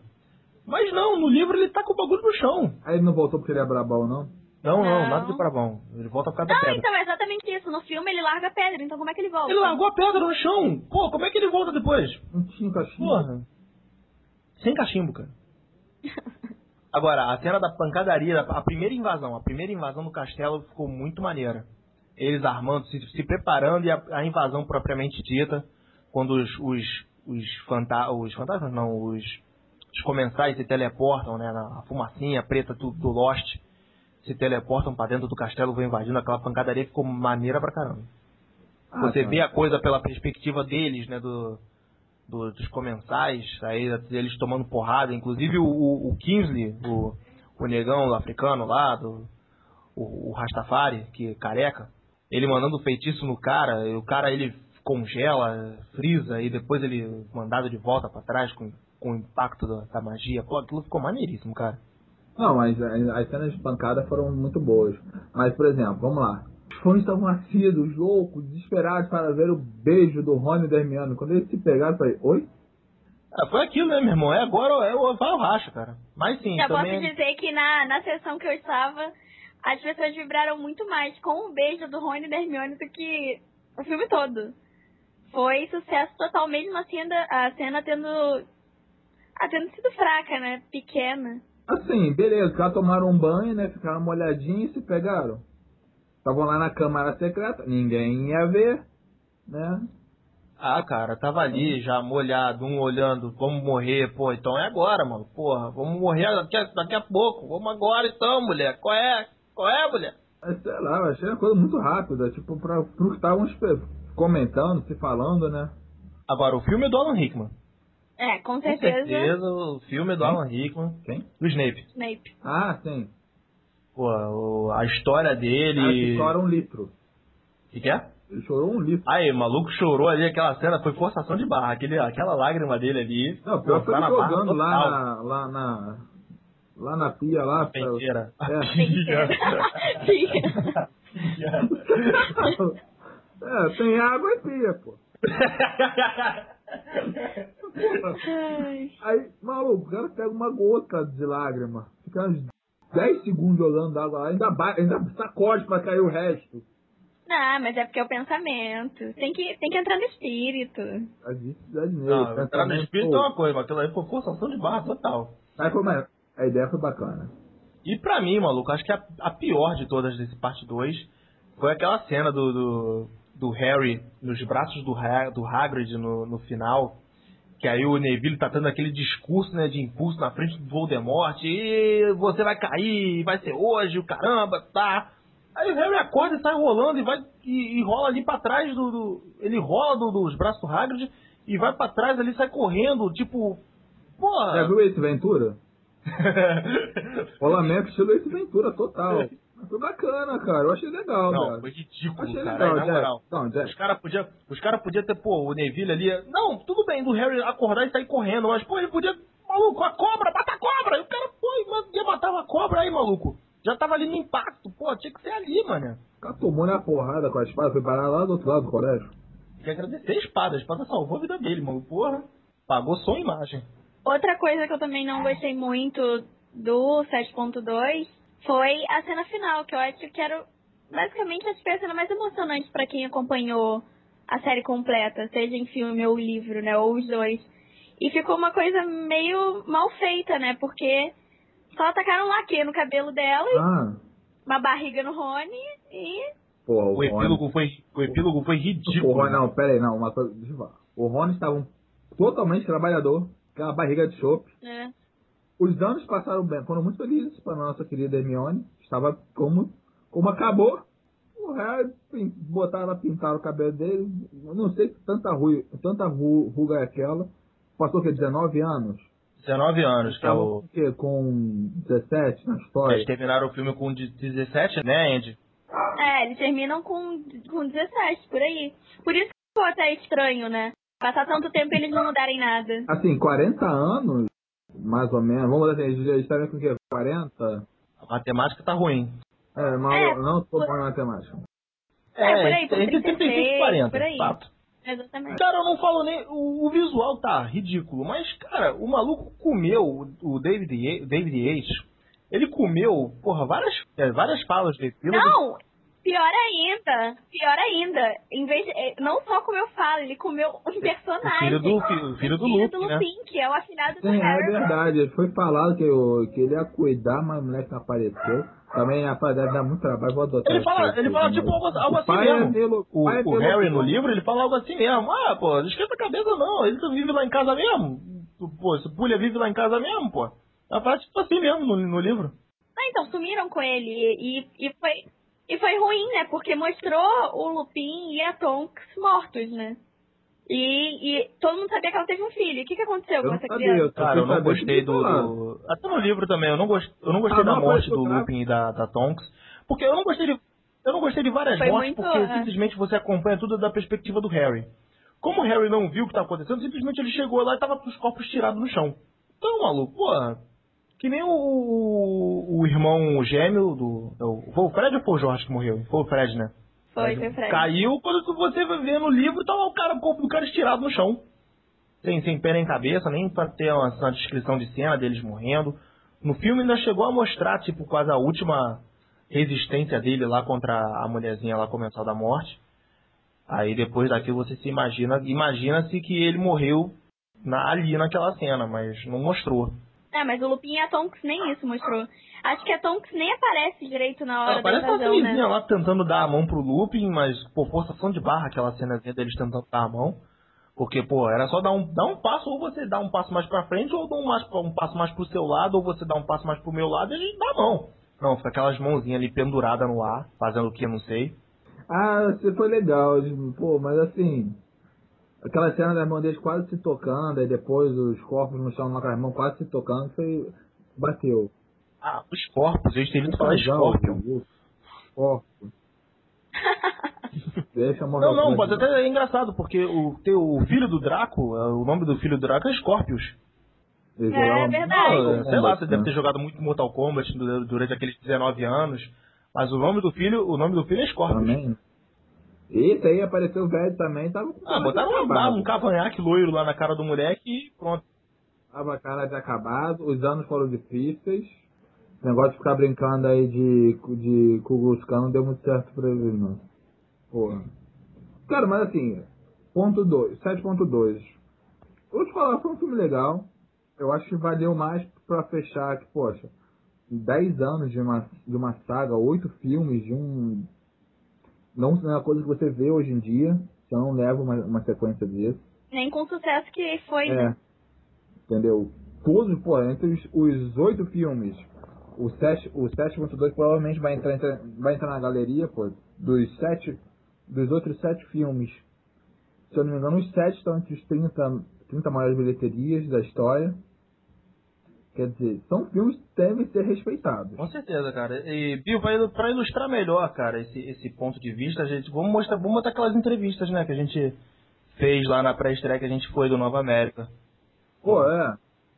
S1: Mas não, no livro ele tá com o bagulho no chão.
S2: Aí ele não voltou porque ele é brabão, não?
S1: Não, não,
S3: Não.
S1: nada de bravão. Ele volta por causa da
S3: Não,
S1: tá pedra.
S3: então, é exatamente isso. No filme, ele larga a pedra. Então, como é que ele volta?
S1: Ele largou a pedra no chão. Pô, como é que ele volta depois?
S2: Um tinho cachimbo.
S1: Porra. Sem cachimbo, cara. Agora, a cena da pancadaria, a primeira invasão, a primeira invasão do castelo ficou muito maneira. Eles armando, se, se preparando e a, a invasão propriamente dita, quando os, os, os, fanta os fantasmas, não, os, os comensais se teleportam, né? na- A fumacinha preta do, do Lost se teleportam pra dentro do castelo, vão invadindo aquela pancadaria, ficou maneira pra caramba.
S2: Ah,
S1: Você
S2: tá.
S1: vê a coisa pela perspectiva deles, né? Do, do- dos comensais, aí eles tomando porrada. Inclusive o, o, o Kingsley, o, o negão africano lá, do, o, o Rastafari, que é careca, ele mandando um feitiço no cara, e o cara ele congela, frisa, e depois ele mandado de volta pra trás com, com o impacto da, da magia. Pô, aquilo ficou maneiríssimo, cara.
S2: Não, mas a- as cenas de pancada foram muito boas. Mas, por exemplo, vamos lá. Os fãs estavam assíduos, loucos, desesperados para ver o beijo do Rony e da Hermione. Quando eles se pegaram, eu falei, oi?
S1: Ah, foi aquilo, né, meu irmão? É agora ou é, ou vai o racha, cara. Mas sim,
S3: Já
S1: também...
S3: posso dizer que na, na sessão que eu estava, as pessoas vibraram muito mais com o beijo do Rony e da Hermione do que o filme todo. Foi sucesso total, mesmo assim ainda- a cena tendo, ah, tendo sido fraca, né? Pequena.
S2: Assim, beleza, os caras tomaram um banho, né? Ficaram molhadinhos e se pegaram. Estavam lá na câmara secreta, ninguém ia ver, né?
S1: Ah, cara, tava ali já molhado, um olhando, vamos morrer, pô, então é agora, mano, porra, vamos morrer daqui a, daqui a pouco, vamos agora então, mulher, qual é, qual é, mulher?
S2: Mas, Sei lá, eu achei uma coisa muito rápida, tipo, pra, pro que estavam espe- comentando, se falando, né?
S1: Agora, o filme é do Alan Rickman.
S3: É, com
S1: Com
S3: certeza.
S1: certeza, o filme é do Alan Rickman,
S2: Quem?
S1: do Snape.
S3: Snape.
S2: Ah, sim.
S1: Pô, o- a história
S2: Ele...
S1: dele...
S2: choram um litro.
S1: O que que é?
S2: Ele chorou um litro.
S1: Aí, o maluco chorou ali, aquela cena foi forçação de barra, aquele, aquela lágrima dele ali.
S2: Não, pior
S1: pô,
S2: que
S1: tá
S2: ele
S1: na barra
S2: jogando lá
S1: total,
S2: na, lá na. Lá na pia lá. pra-
S1: penteira.
S2: É.
S3: Sim.
S2: é, tem água e pia, pô.
S3: Ai.
S2: Aí, maluco, o cara pega uma gota de lágrima. Fica uns 10 segundos jogando água lá, ainda, ba- ainda sacode pra cair o resto.
S3: Não, mas é porque é o pensamento. Tem que, tem que entrar no espírito.
S2: A necessidade nele.
S1: Não, entrar no
S2: pensamento,
S1: espírito é
S2: pô.
S1: uma coisa, mas aquilo aí foi forçação de barra total.
S2: Aí foi, mas a ideia foi bacana.
S1: E pra mim, maluco, acho que a, a pior de todas desse parte 2 foi aquela cena do, do, do Harry nos braços do, Ha- do Hagrid no, no final. Que aí o Neville tá tendo aquele discurso né, de impulso na frente do Voldemort. E você vai cair, vai ser hoje, o caramba, tá. Aí o Harry acorda e sai rolando e vai e, e rola ali pra trás do. do- ele rola do- dos braços do Hagrid e vai pra trás ali, sai correndo, tipo. Porra!
S2: Já viu esse É Ventura? É, Rolamento estilo esse Ventura total. Mas Foi bacana, cara. Eu achei legal,
S1: Não,
S2: cara.
S1: foi ridículo,
S2: Achei
S1: cara.
S2: legal,
S1: na
S2: Jack.
S1: moral.
S2: Não, Jack.
S1: Os caras podiam cara podia ter, pô, o Neville ali. Não, tudo bem, do Harry acordar e sair correndo, mas, pô, ele podia. Maluco, a cobra, mata a cobra! E o cara, pô, mas ia matar uma cobra aí, maluco. Já tava ali no impacto, pô, tinha que ser ali, mano.
S2: O cara tomou na porrada com a espada, foi parar lá do outro lado do colégio.
S1: Tem que agradecer a espada, a espada salvou a vida dele, mano. Porra, pagou só a imagem.
S3: Outra coisa que eu também não gostei muito do 7.2 foi a cena final, que eu acho que era. o- Basicamente, acho que foi a cena mais emocionante pra quem acompanhou a série completa, seja em filme ou livro, né? Ou os dois. E ficou uma coisa meio mal feita, né? Porque só atacaram um laque no cabelo dela e
S2: Ah,
S3: uma barriga no Rony e.
S2: porra, o,
S1: O
S2: Rony.
S1: epílogo foi, o epílogo foi
S2: O
S1: ridículo. né?
S2: Rony, não, pera aí, não, uma coisa, deixa eu falar. O Rony estava um- totalmente trabalhador, com a barriga de chope.
S3: né?
S2: Os anos passaram bem, foram muito felizes para nossa querida Hermione. Estava como, como acabou. O Harry pin- botaram, pintaram o cabelo dele. Eu não sei que tanta, ru, tanta ru, ruga é aquela. Passou o quê? 19 anos?
S1: 19 anos, que é
S2: Tava
S1: o. É,
S2: com o quê? Com 17 na história?
S1: Eles terminaram o filme com 17, né, Andy?
S3: É, eles terminam com, com 17, por aí. Por isso que ficou até estranho, né? Passar tanto tempo e eles não mudarem nada.
S2: Assim, 40 anos, mais ou menos. Vamos dizer, assim, eles estavam com o quê? 40?
S1: A matemática tá ruim.
S2: É, mas
S3: É,
S2: eu não sou bom em matemática.
S3: É, por aí, por
S1: entre 35 e
S3: 36,
S1: 40,
S3: por aí.
S1: fato.
S3: Exatamente.
S1: Cara, eu não falo nem. O, o visual tá ridículo, mas, cara, o maluco comeu, o- o David, Ye- David Yates, ele comeu, porra, várias, é, várias falas de epílogo.
S3: Não, pior ainda, pior ainda. Em vez de, eh, não só comeu fala, ele comeu um personagem.
S1: filho do- filho- filho do
S3: é filho
S1: Lupin,
S3: do
S1: né?
S3: Lupin, que é o afilhado do
S2: Sim, é
S3: Harry.
S2: verdade. Foi falado que, eu, que ele ia cuidar, mas o moleque não apareceu. Também a parada dá muito trabalho, vou adotar.
S1: Ele fala,
S2: esse-
S1: ele fala
S2: esse
S1: tipo algo,
S2: moleque.
S1: algo
S2: O
S1: assim
S2: pai é
S1: mesmo.
S2: pelo-
S1: o,
S2: pai é
S1: o
S2: pelo-
S1: Harry no livro, ele fala algo assim mesmo. Ah, pô, não esquenta a cabeça não, ele não vive lá em casa mesmo. Tu, pô, esse pulha vive lá em casa mesmo, pô. Ela fala tipo assim mesmo no, no livro.
S3: Ah, então, sumiram com ele. E, e, e foi, e foi ruim, né? Porque mostrou o Lupin e a Tonks mortos, né? E, e todo mundo sabia que ela teve um filho. E o que, que aconteceu
S2: Eu
S3: com
S2: não
S3: essa
S2: sabia, eu
S3: criança?
S2: só
S1: Cara, eu
S2: fui
S1: não
S2: saber
S1: gostei
S2: que
S1: do,
S2: tinha falado.
S1: do- Até no livro também, eu não, gost... eu não gostei
S2: Ah,
S1: da
S2: não,
S1: morte
S2: foi
S1: do
S2: escutado.
S1: Lupin e da, da Tonks. Porque eu não gostei de. Eu não gostei de várias
S3: Foi
S1: mortes,
S3: muito,
S1: porque
S3: é.
S1: simplesmente você acompanha tudo da perspectiva do Harry. Como o Harry não viu o que estava acontecendo, simplesmente ele chegou lá e tava com os corpos tirados no chão. Então, maluco, porra. Que nem o, o, o irmão gêmeo do. do- Foi o Fred ou foi o Jorge que morreu? Foi o Fred, né?
S3: Foi, foi Fred.
S1: Caiu quando tu- você vai ver no livro, tá lá o cara, o corpo do cara estirado no chão. Sem, sem pé nem cabeça, nem pra ter uma, uma descrição de cena deles morrendo. No filme ainda chegou a mostrar, tipo, quase a última resistência dele lá contra a mulherzinha lá comensal da morte. Aí depois daquilo você se imagina, imagina-se que ele morreu na- ali naquela cena, mas não mostrou.
S3: É, mas o Lupin e a Tonks nem isso mostrou. Acho que a Tonks nem aparece direito na hora
S1: Ah,
S3: da
S1: parece uma
S3: invasão, né?
S1: camisinha lá tentando dar a mão pro Lupin, mas, pô, forçação de barra aquela cenazinha deles tentando dar a mão. Porque, pô, era só dar um, dar um passo, ou você dá um passo mais pra frente, ou dá um, mais, pra- um passo mais pro seu lado, ou você dá um passo mais pro meu lado e a gente dá a mão. Não, fica aquelas mãozinhas ali penduradas no ar, fazendo o que, não sei.
S2: Ah, você foi legal, tipo, pô, mas assim. Aquela cena das mãos deles quase se tocando, aí depois os corpos no chão lá com as mãos quase se tocando, foi. bateu.
S1: Ah, os corpos, eu teria que falar Scorpion.
S2: Corpo. Deixa eu morrer.
S1: Não, não,
S2: aqui. né?
S1: mas até é engraçado, porque o, tem o filho do Draco, é, o nome do filho do Draco é Scorpius.
S2: Eles
S3: É
S2: jogavam-
S3: verdade.
S1: Não, sei lá, você
S2: né?
S1: deve ter jogado muito Mortal Kombat du- durante aqueles 19 anos. Mas o nome do filho, o nome do filho é Scorpius.
S2: Também. Esse aí apareceu velho também, tava com
S1: Ah, botaram um,
S2: acabado.
S1: um cavanhaque loiro lá na cara do moleque e pronto.
S2: Tava a cara de acabado, os anos foram difíceis. O negócio de ficar brincando aí de, de Kuguskan não deu muito certo pra ele, não. Porra. Cara, mas assim, ponto 2, 7.2. Eu Vou te falar, foi um filme legal. Eu acho que valeu mais pra fechar que, poxa, 10 anos de uma, de uma saga, 8 filmes, de um. Não não é uma coisa que você vê hoje em dia. Você não leva uma, uma sequência disso.
S3: Nem com o sucesso que foi. né?
S2: É. Entendeu? Todos, pô, entre os- os oito filmes, o 7, o 7.2 provavelmente vai entrar, entra- vai entrar na galeria, pô, dos sete, dos outros sete filmes. Se eu não me engano, os sete estão entre os 30, 30 maiores bilheterias da história. Quer dizer, são filmes que devem ser respeitados.
S1: Com certeza, cara. E, Bill, pra, ilu- pra ilustrar melhor, cara, esse, esse ponto de vista, a gente, vamos mostrar, vamos botar aquelas entrevistas, né, que a gente fez lá na pré-estreia que a gente foi do Nova América.
S2: Pô, é.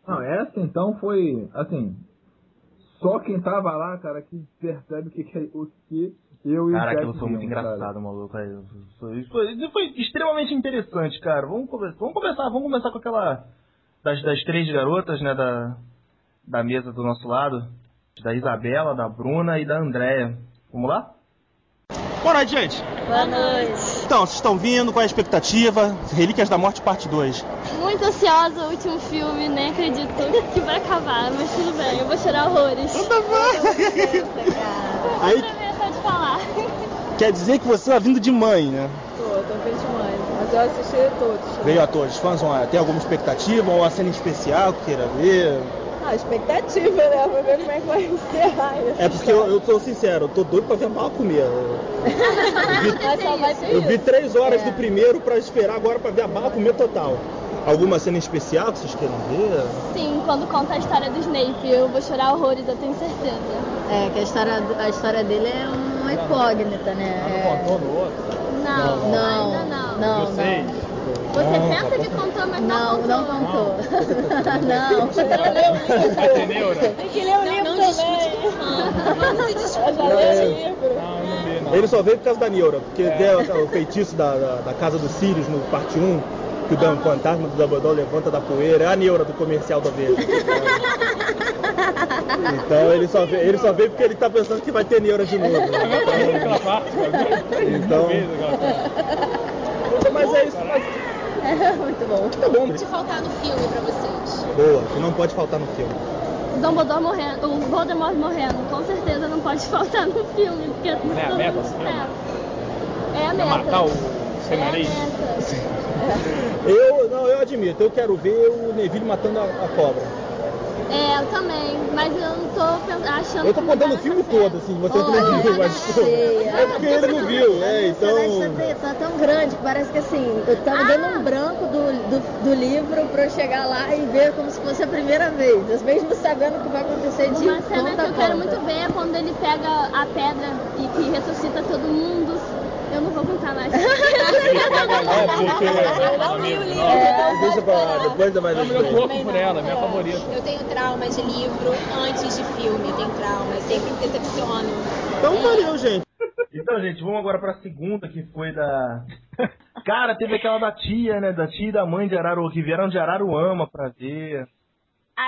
S2: Não, essa então foi, assim, só quem tava lá, cara, que percebe o que, que- o que eu e o
S1: Cara, aquilo
S2: Jack
S1: foi muito
S2: vimos, cara.
S1: engraçado, maluco. aí, Foi, foi- foi extremamente interessante, cara. Vamos, come- vamos começar, vamos começar com aquela das, das três garotas, né, da, da mesa do nosso lado, da Isabela, da Bruna e da Andréia. Vamos lá?
S5: Boa noite, gente.
S6: Boa noite.
S5: Então, vocês estão vindo? Qual é a expectativa? Relíquias da Morte, parte 2.
S6: Muito ansiosa o último filme, nem acredito que vai acabar, mas tudo bem, eu vou chorar horrores. Tudo bem.
S5: Aí-
S6: Aí... só de falar.
S5: Quer dizer que você tá vindo de mãe, né?
S7: Tô, tô feliz demais. Mas eu assisti todos.
S5: Veio atores, fãs, uma- tem alguma expectativa? Uma cena em especial que queira ver?
S7: Ah, expectativa, né? Vou ver como é que vai encerrar isso.
S5: É porque eu, eu tô sincero, eu tô doido pra ver mal comer. Eu,
S6: Mas só vai ter
S5: eu vi três horas
S7: É.
S5: do primeiro pra esperar agora pra ver a bala comer total. Alguma cena em especial que vocês queiram ver?
S6: Sim, quando conta a história do Snape, eu vou chorar horrores, eu tenho certeza.
S8: É, que a história, a história dele é uma incógnita, né?
S5: no outro.
S6: Não,
S8: É, não,
S6: ainda não.
S8: não,
S5: Vocês?
S6: Você
S5: tá
S6: tenta de contar, mas
S8: não, não,
S6: contou.
S8: não contou. Não,
S7: Tem que ler o livro
S6: não
S7: também.
S6: discute com fã. Vamos se
S7: Eu já li o livro.
S5: Ele só veio por causa da Neura, porque tem o feitiço da, da, da casa dos Sirius no parte 1, que o Dan- fantasma do Dumbledore levanta da poeira, é a Neura do comercial da Veja. então ele só, veio, ele só veio porque ele tá pensando que vai ter Neura de novo. Então, então mas é isso. mas-
S8: muito bom.
S5: Tá bom.
S6: discutir faltar no filme pra vocês.
S5: Boa, que não pode faltar no filme.
S6: O Dumbledore morrendo, o Voldemort morrendo, com certeza não pode faltar no filme, porque não é a meta. É, a meta. matar o cenário. É a meta.
S5: Eu, não, eu admito, eu quero ver o Neville matando a, a cobra.
S6: É, eu também, mas eu não tô pen- achando
S5: Eu tô
S6: que não vai
S5: contando o filme
S6: acontecer.
S5: todo, assim, você que não viu,
S8: eu
S5: mas. pô,
S8: sei,
S5: É porque ele não viu, é,
S8: Os personagens
S5: então.
S8: são tão- são tá tão grande que parece que assim, eu tava
S6: Ah!
S8: dando um branco do, do, do livro pra eu chegar lá e ver como se fosse a primeira vez. Mesmo sabendo o que vai acontecer de
S6: Uma cena
S8: ponta
S6: que
S8: a
S6: eu quero
S8: ponta.
S6: muito ver é quando ele pega a pedra e que ressuscita todo mundo. Eu não vou contar mais.
S5: É, porque.
S9: Não li o livro, então pode
S5: Deixa pra lá,
S9: parar.
S5: depois vai
S10: Não, mas eu tô
S5: ver.
S10: louco por ela, minha favorita.
S9: é. Eu tenho trauma de livro antes de filme, eu tenho trauma, eu sempre me decepciono. É.
S5: Então valeu, gente.
S1: Então, gente, vamos agora pra segunda, que foi da. Cara, teve aquela da tia, né? Da tia e da mãe de Araruama, que vieram de Araruama pra ver.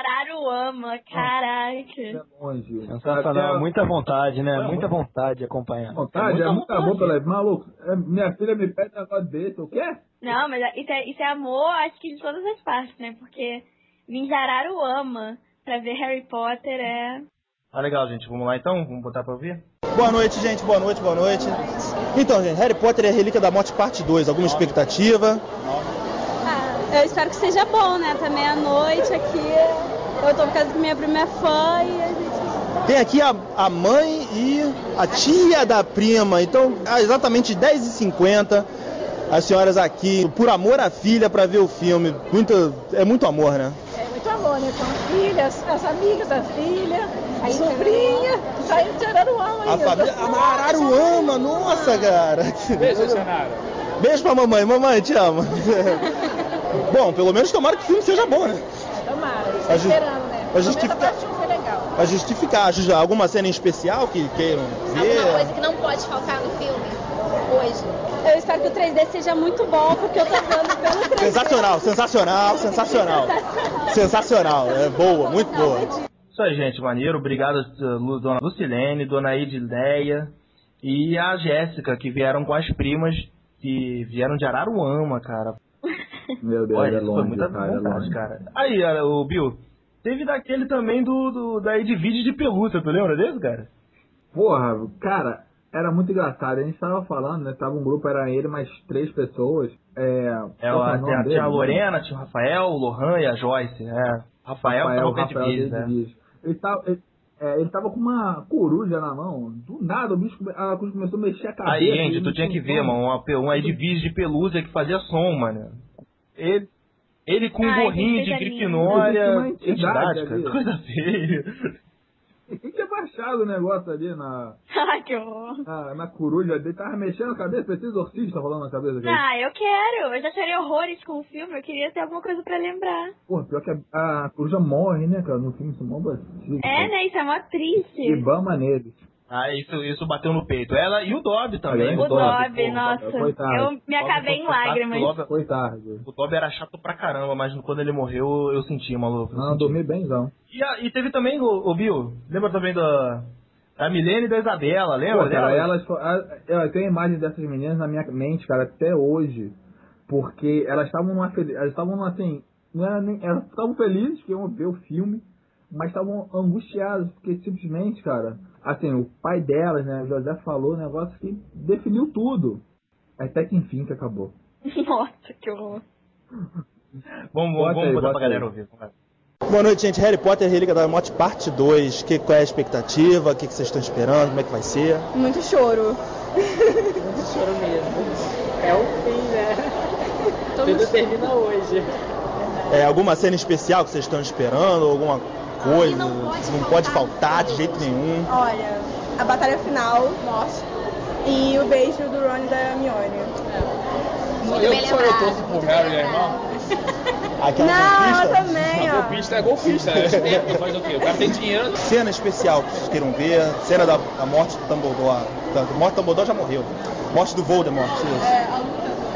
S3: Araruama,
S2: É
S3: caraca.
S2: longe.
S4: Sensacional,
S2: Até-
S4: muita vontade, né? Muita vontade de acompanhar.
S2: Vontade, é muito amor pela maluco. É, minha filha me pede um negócio desse, o quê?
S3: Não, mas isso é, isso é amor, acho que de todas as partes, né? Porque vim de Araruama pra ver Harry Potter é...
S1: Ah, legal, gente. Vamos lá então? Vamos botar pra ouvir?
S5: Boa noite, gente. Boa noite, boa noite. Então, gente, Harry Potter e a Relíquia da Morte, parte 2. Alguma expectativa?
S6: Ah, eu espero que seja bom, né? Tá meia-noite aqui. Eu tô por causa que minha prima é fã e a gente.
S5: Tem aqui a, a mãe e a tia da prima. Então, às exatamente 10h50, as senhoras aqui, por amor à filha, pra ver o filme. Muito, é muito amor, né?
S7: É muito amor, né? Com as filhas, as amigas da filha, a sobrinha, tá indo tirando o alma
S5: A família. A Araruama, nossa, cara.
S10: Beijo, Senara.
S5: Beijo pra mamãe. Mamãe, te amo. Bom, pelo menos tomara que o filme seja bom, né?
S7: Tomara,
S5: A
S7: tá
S5: ju-
S7: esperando, né?
S5: a
S7: Pelo menos
S5: justifica-
S7: a parte 1 foi legal.
S5: Pra justificar, Ju- alguma cena em especial que queiram ver?
S9: Alguma coisa que não pode faltar no filme hoje.
S6: Eu espero que o 3D seja muito bom, porque eu tô vendo pelo 3D.
S5: Sensacional, sensacional, sensacional. Sensacional, é boa, muito boa.
S1: Isso aí, gente. Maneiro. Obrigado, Lu- dona Lucilene, dona Edileia e a Jéssica, que vieram com as primas, que vieram de Araruama, cara.
S2: Meu Deus,
S1: Olha,
S2: é
S1: isso foi
S2: longe,
S1: muita
S2: cara, é
S1: vontade,
S2: longe.
S1: cara. Aí, ah, o Bill, teve daquele também do, do da Edvide de pelúcia, tu lembra desse, cara?
S2: Porra, cara, era muito engraçado. A gente tava falando, né? Tava um grupo, era ele mais três pessoas. É, porra,
S1: Ela,
S2: o nome
S1: tinha,
S2: dele,
S1: tinha a
S2: né?
S1: Lorena, tinha o Rafael, o Lohan e a Joyce, né? Rafael, tava com a
S2: Rafael
S1: Edvide,
S2: David
S1: né?
S2: Dias. Ele tava, ele, é, ele tava com uma coruja na mão. Do nada, o bicho come- a coruja começou a mexer a cabeça.
S1: Aí,
S2: ele
S1: gente, tu
S2: não
S1: tinha que
S2: tinha
S1: ver,
S2: como.
S1: mano, uma, pe- uma Edvide de pelúcia que fazia som, mano. Ele, ele com um
S3: Ai,
S1: gorrinho
S3: que
S1: de
S3: coisa
S2: linda.
S1: grifinória,
S2: Existe uma entidade
S1: entidade, cara,
S2: ali.
S1: coisa feia.
S2: Ele tinha baixado o negócio ali na,
S3: Ai, que horror.
S2: na, na coruja dele. Tava mexendo a cabeça, parecia exorcista rolando na cabeça dele.
S3: Ah, eu quero. Eu já chorei horrores com o filme, eu queria ter alguma coisa pra lembrar.
S2: Porra, pior que a, a coruja morre, né, cara? No filme, isso é mó vacilo,
S3: É,
S2: cara.
S3: né? Isso é mó
S2: E
S3: triste.
S2: bama neles.
S1: Ah, isso, isso bateu no peito. Ela e o Dob também.
S2: O
S3: O
S2: Dobby,
S3: Dobby, nossa.
S2: coitado. tá
S3: Eu me
S1: Logo
S3: acabei em
S1: depois que
S3: lágrimas.
S1: o Lobo-
S2: Foi tarde.
S1: O Toby era chato pra caramba, mas quando ele morreu eu senti, maluco. eu
S2: Não, eu
S1: senti.
S2: dormi bemzão.
S1: E, a- e teve também, o, o Bill, lembra também da, da Milene e da Isabela, lembra
S2: Pô,
S1: dela?
S2: cara, elas fo- a- eu tenho imagem dessas meninas na minha mente, cara, até hoje. Porque elas estavam numa fel- Elas estavam assim. Não era nem, elas estavam felizes que iam ver o filme, mas estavam angustiadas, porque simplesmente, cara, assim, o pai delas, né, o José falou um negócio que definiu tudo. Até que enfim que acabou.
S3: Nossa, que horror.
S1: Vamos, vamos,
S2: Bota
S1: vamos
S2: aí,
S1: botar
S2: bota
S1: pra galera
S2: aí.
S1: ouvir. vamos lá.
S5: Boa noite, gente. Harry Potter e Relíquia da Morte, parte 2. Que, qual é a expectativa? O que, que vocês estão esperando? Como é que vai ser?
S7: Muito choro.
S10: Muito choro mesmo. É o fim, né? Tudo termina hoje.
S5: É, alguma cena especial que vocês estão esperando? Alguma coisa?
S9: não pode
S5: Não pode
S9: faltar
S5: faltar de jeito nenhum.
S7: Olha, a batalha final, nossa. E o beijo do Ron e da Hermione.
S10: Só
S9: Muito
S10: eu,
S9: bem
S10: só eu
S9: lembrado,
S10: torço pro
S9: muito
S10: Harry,
S9: bem
S10: né, irmão.
S5: Aquela
S7: eu
S5: conquista.
S7: também,
S10: Não,
S7: ó.
S10: golpista é golpista. É tempo, faz o quê? O cara tem dinheiro.
S5: Cena especial que vocês queiram ver. Cena da, da morte do Dumbledore. Da, a morte do Dumbledore já morreu. Morte do Voldemort. isso.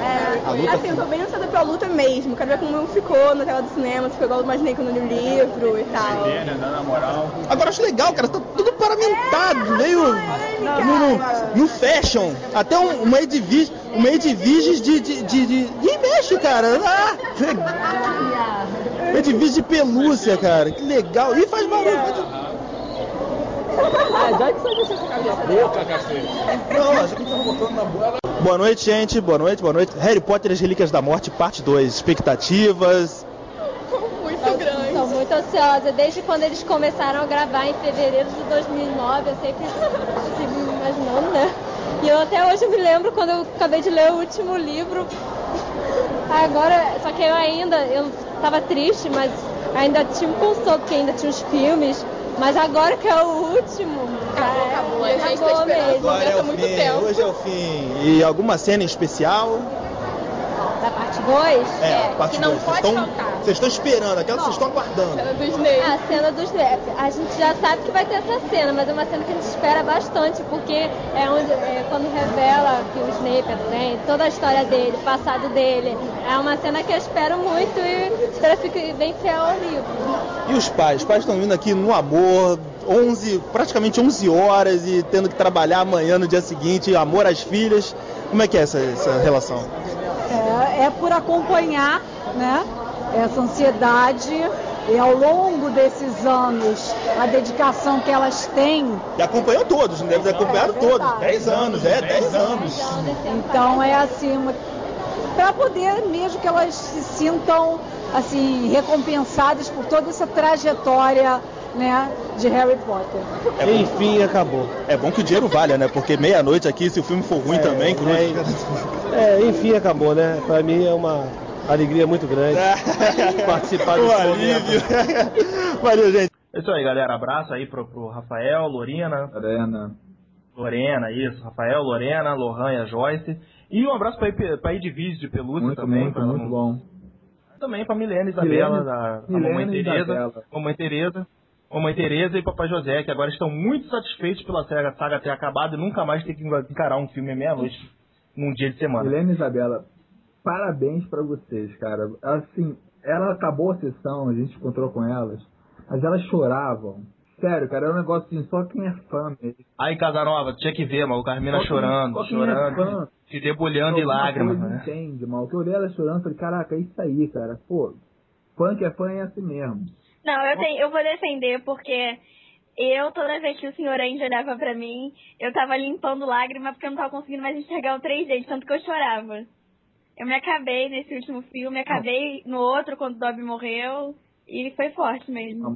S7: É,
S5: A luta
S7: assim, eu tô bem ansiosa pela luta mesmo. Quero ver como ficou na tela do cinema, se ficou igual eu imaginei quando eu li o livro e tal.
S5: né?
S10: Na moral.
S5: Agora acho legal, cara. Tá tudo paramentado, meio. No, no, no fashion. Até um, uma Edviges. Uma Edviges de. de, de, de, de mexe, cara. Ah, Edviges de pelúcia, cara. Que legal. Ih, faz barulho.
S10: Boca, cacete.
S5: Não, acho que eu tava tá botando na boca. Boa noite, gente. Boa noite, boa noite. Harry Potter e as Relíquias da Morte, parte 2. Expectativas.
S6: Muito grande. Estou muito ansiosa. Desde quando eles começaram a gravar em fevereiro de 2009, eu sempre estive imaginando, né? E eu até hoje me lembro quando eu acabei de ler o último livro. Agora, só que eu ainda, eu tava triste, mas ainda tinha um consolo, porque ainda tinha os filmes. Mas agora que é o último. Acabou, acabou.
S9: a gente tá esperando.
S6: mesmo.
S5: Agora é o fim. Hoje é o fim. E alguma cena em especial?
S6: Da parte 2?
S5: É, parte
S6: que não
S5: 2. Vocês
S6: pode
S5: estão-
S6: faltar.
S5: vocês estão esperando, aquela que vocês estão aguardando.
S6: do Snape. A cena do Snape. A gente já sabe que vai ter essa cena, mas é uma cena que a gente espera bastante, porque é onde é quando revela que o Snape é doente, toda a história dele, o passado dele. É uma cena que eu espero muito e espero que fique bem fiel ao livro.
S5: E os pais? Os pais estão vindo aqui no amor, 11, praticamente 11 horas e tendo que trabalhar amanhã no dia seguinte, amor às filhas. Como é que é essa, essa relação?
S11: É, é por acompanhar né, essa ansiedade e ao longo desses anos a dedicação que elas têm.
S5: E acompanhou todos, né? Deve ter acompanhado
S11: É verdade.
S5: todos. 10 anos, é, 10 anos.
S11: Então é assim, para poder mesmo que elas se sintam assim recompensadas por toda essa trajetória né, de Harry Potter.
S5: Enfim, acabou. É bom que o dinheiro valha, né? Porque meia-noite aqui, se o filme for ruim também, cruz.
S12: É, enfim, acabou, né? Pra mim é uma alegria muito grande participar
S5: É. Um
S12: desse
S5: alívio.
S12: momento.
S5: Valeu, gente.
S1: É isso aí, galera. Abraço aí pro, pro Rafael, Lorena.
S2: Lorena.
S1: Lorena, isso. Rafael, Lorena, Lohan e a Joyce. E um abraço pra, Ipe- pra Edviz de Pelúcia
S2: Muito,
S1: também.
S2: muito,
S1: pra-
S2: muito bom.
S1: Também pra Milena e Isabela,
S2: Milena-
S1: da, da
S2: Milena
S1: mamãe
S2: e
S1: Tereza.
S2: Isabela.
S1: Mamãe Tereza. Mamãe Tereza e Papai José, que agora estão muito satisfeitos pela saga, saga ter acabado e nunca mais ter que encarar um filme à meia-noite num dia de semana.
S2: Helena e Isabela, parabéns pra vocês, cara. Assim, ela acabou a sessão, a gente encontrou com elas, mas elas choravam. Sério, cara, é um negócio assim, só quem é fã mesmo.
S1: Aí, Casanova, tinha que ver, mano. Carmina
S2: Qual que-
S1: chorando,
S2: qual que é a
S1: chorando,
S2: fã? é
S1: se debulhando em
S2: Alguma
S1: lágrimas,
S2: coisa
S1: né?
S2: Entende, mal. Que eu olhei ela chorando, falei, caraca, é isso aí, cara. Pô, fã que é fã é assim mesmo.
S3: Não, eu, tenho, eu vou defender, porque eu, toda vez que o senhor Andy olhava pra mim, eu tava limpando lágrima porque eu não tava conseguindo mais enxergar o 3D, de tanto que eu chorava. Eu me acabei nesse último filme, acabei no outro quando o Dobby morreu, e foi forte mesmo.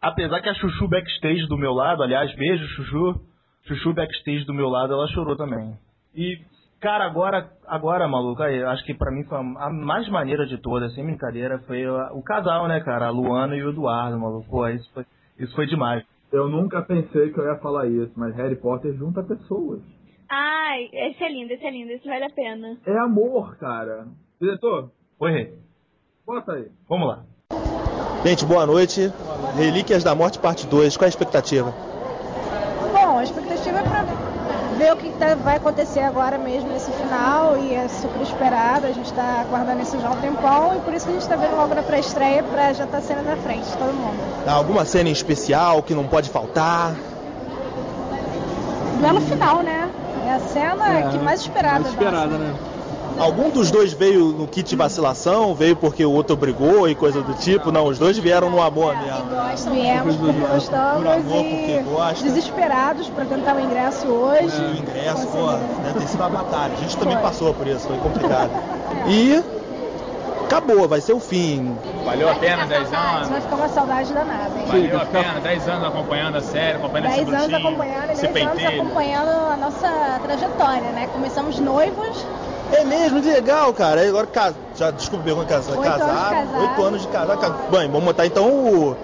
S1: Apesar que a Chuchu backstage do meu lado, aliás, beijo, Chuchu. Chuchu backstage do meu lado, ela chorou também. E, cara, agora, agora, maluco, aí, acho que pra mim foi a mais maneira de todas, sem brincadeira, foi a- o casal, né, cara? A Luana e o Eduardo, maluco. Pô, isso foi, isso foi demais.
S2: Eu nunca pensei que eu ia falar isso, mas Harry Potter junta pessoas.
S3: Ai, esse é lindo, esse é lindo, esse vale a pena.
S2: É amor, cara. Diretor?
S1: Oi,
S2: Bota aí.
S1: Vamos lá.
S5: Gente, boa noite. Relíquias da Morte, parte 2. Qual é a expectativa?
S7: Bom, a expectativa é pra ver o que tá- vai acontecer agora mesmo nesse final e é super esperado, a gente tá aguardando isso já há um tempão e por isso que a gente tá vendo logo na pré-estreia pra já tá sendo na frente, de todo mundo.
S5: Há Alguma cena em especial que não pode faltar?
S7: Não é no final, né? É a cena que mais esperada. nossa.
S5: né? Algum dos dois veio no kit vacilação? Veio porque o outro brigou e coisa do tipo? Não, os dois vieram no amor mesmo.
S7: Viemos porque gostamos e desesperados pra tentar o ingresso hoje.
S5: O ingresso, pô, deve ter sido uma batalha. A gente também passou por isso, foi complicado. E acabou, vai ser o fim.
S13: Valeu a pena 10
S7: A gente vai
S13: anos.
S7: ficar uma saudade danada, hein?
S13: Valeu a pena 10 anos acompanhando a série, acompanhando
S14: 10
S13: esse
S14: anos
S13: bruxinho,
S14: acompanhando,
S13: esse
S14: 10 anos
S13: pentelho.
S14: acompanhando a nossa trajetória, né? Começamos noivos,
S5: É mesmo, que legal, cara. Aí Agora casa, já desculpa pergunta casa,
S14: Oito anos de
S5: casado,
S14: casado.
S5: 8 anos de casado. Ca- Bem, vamos botar então o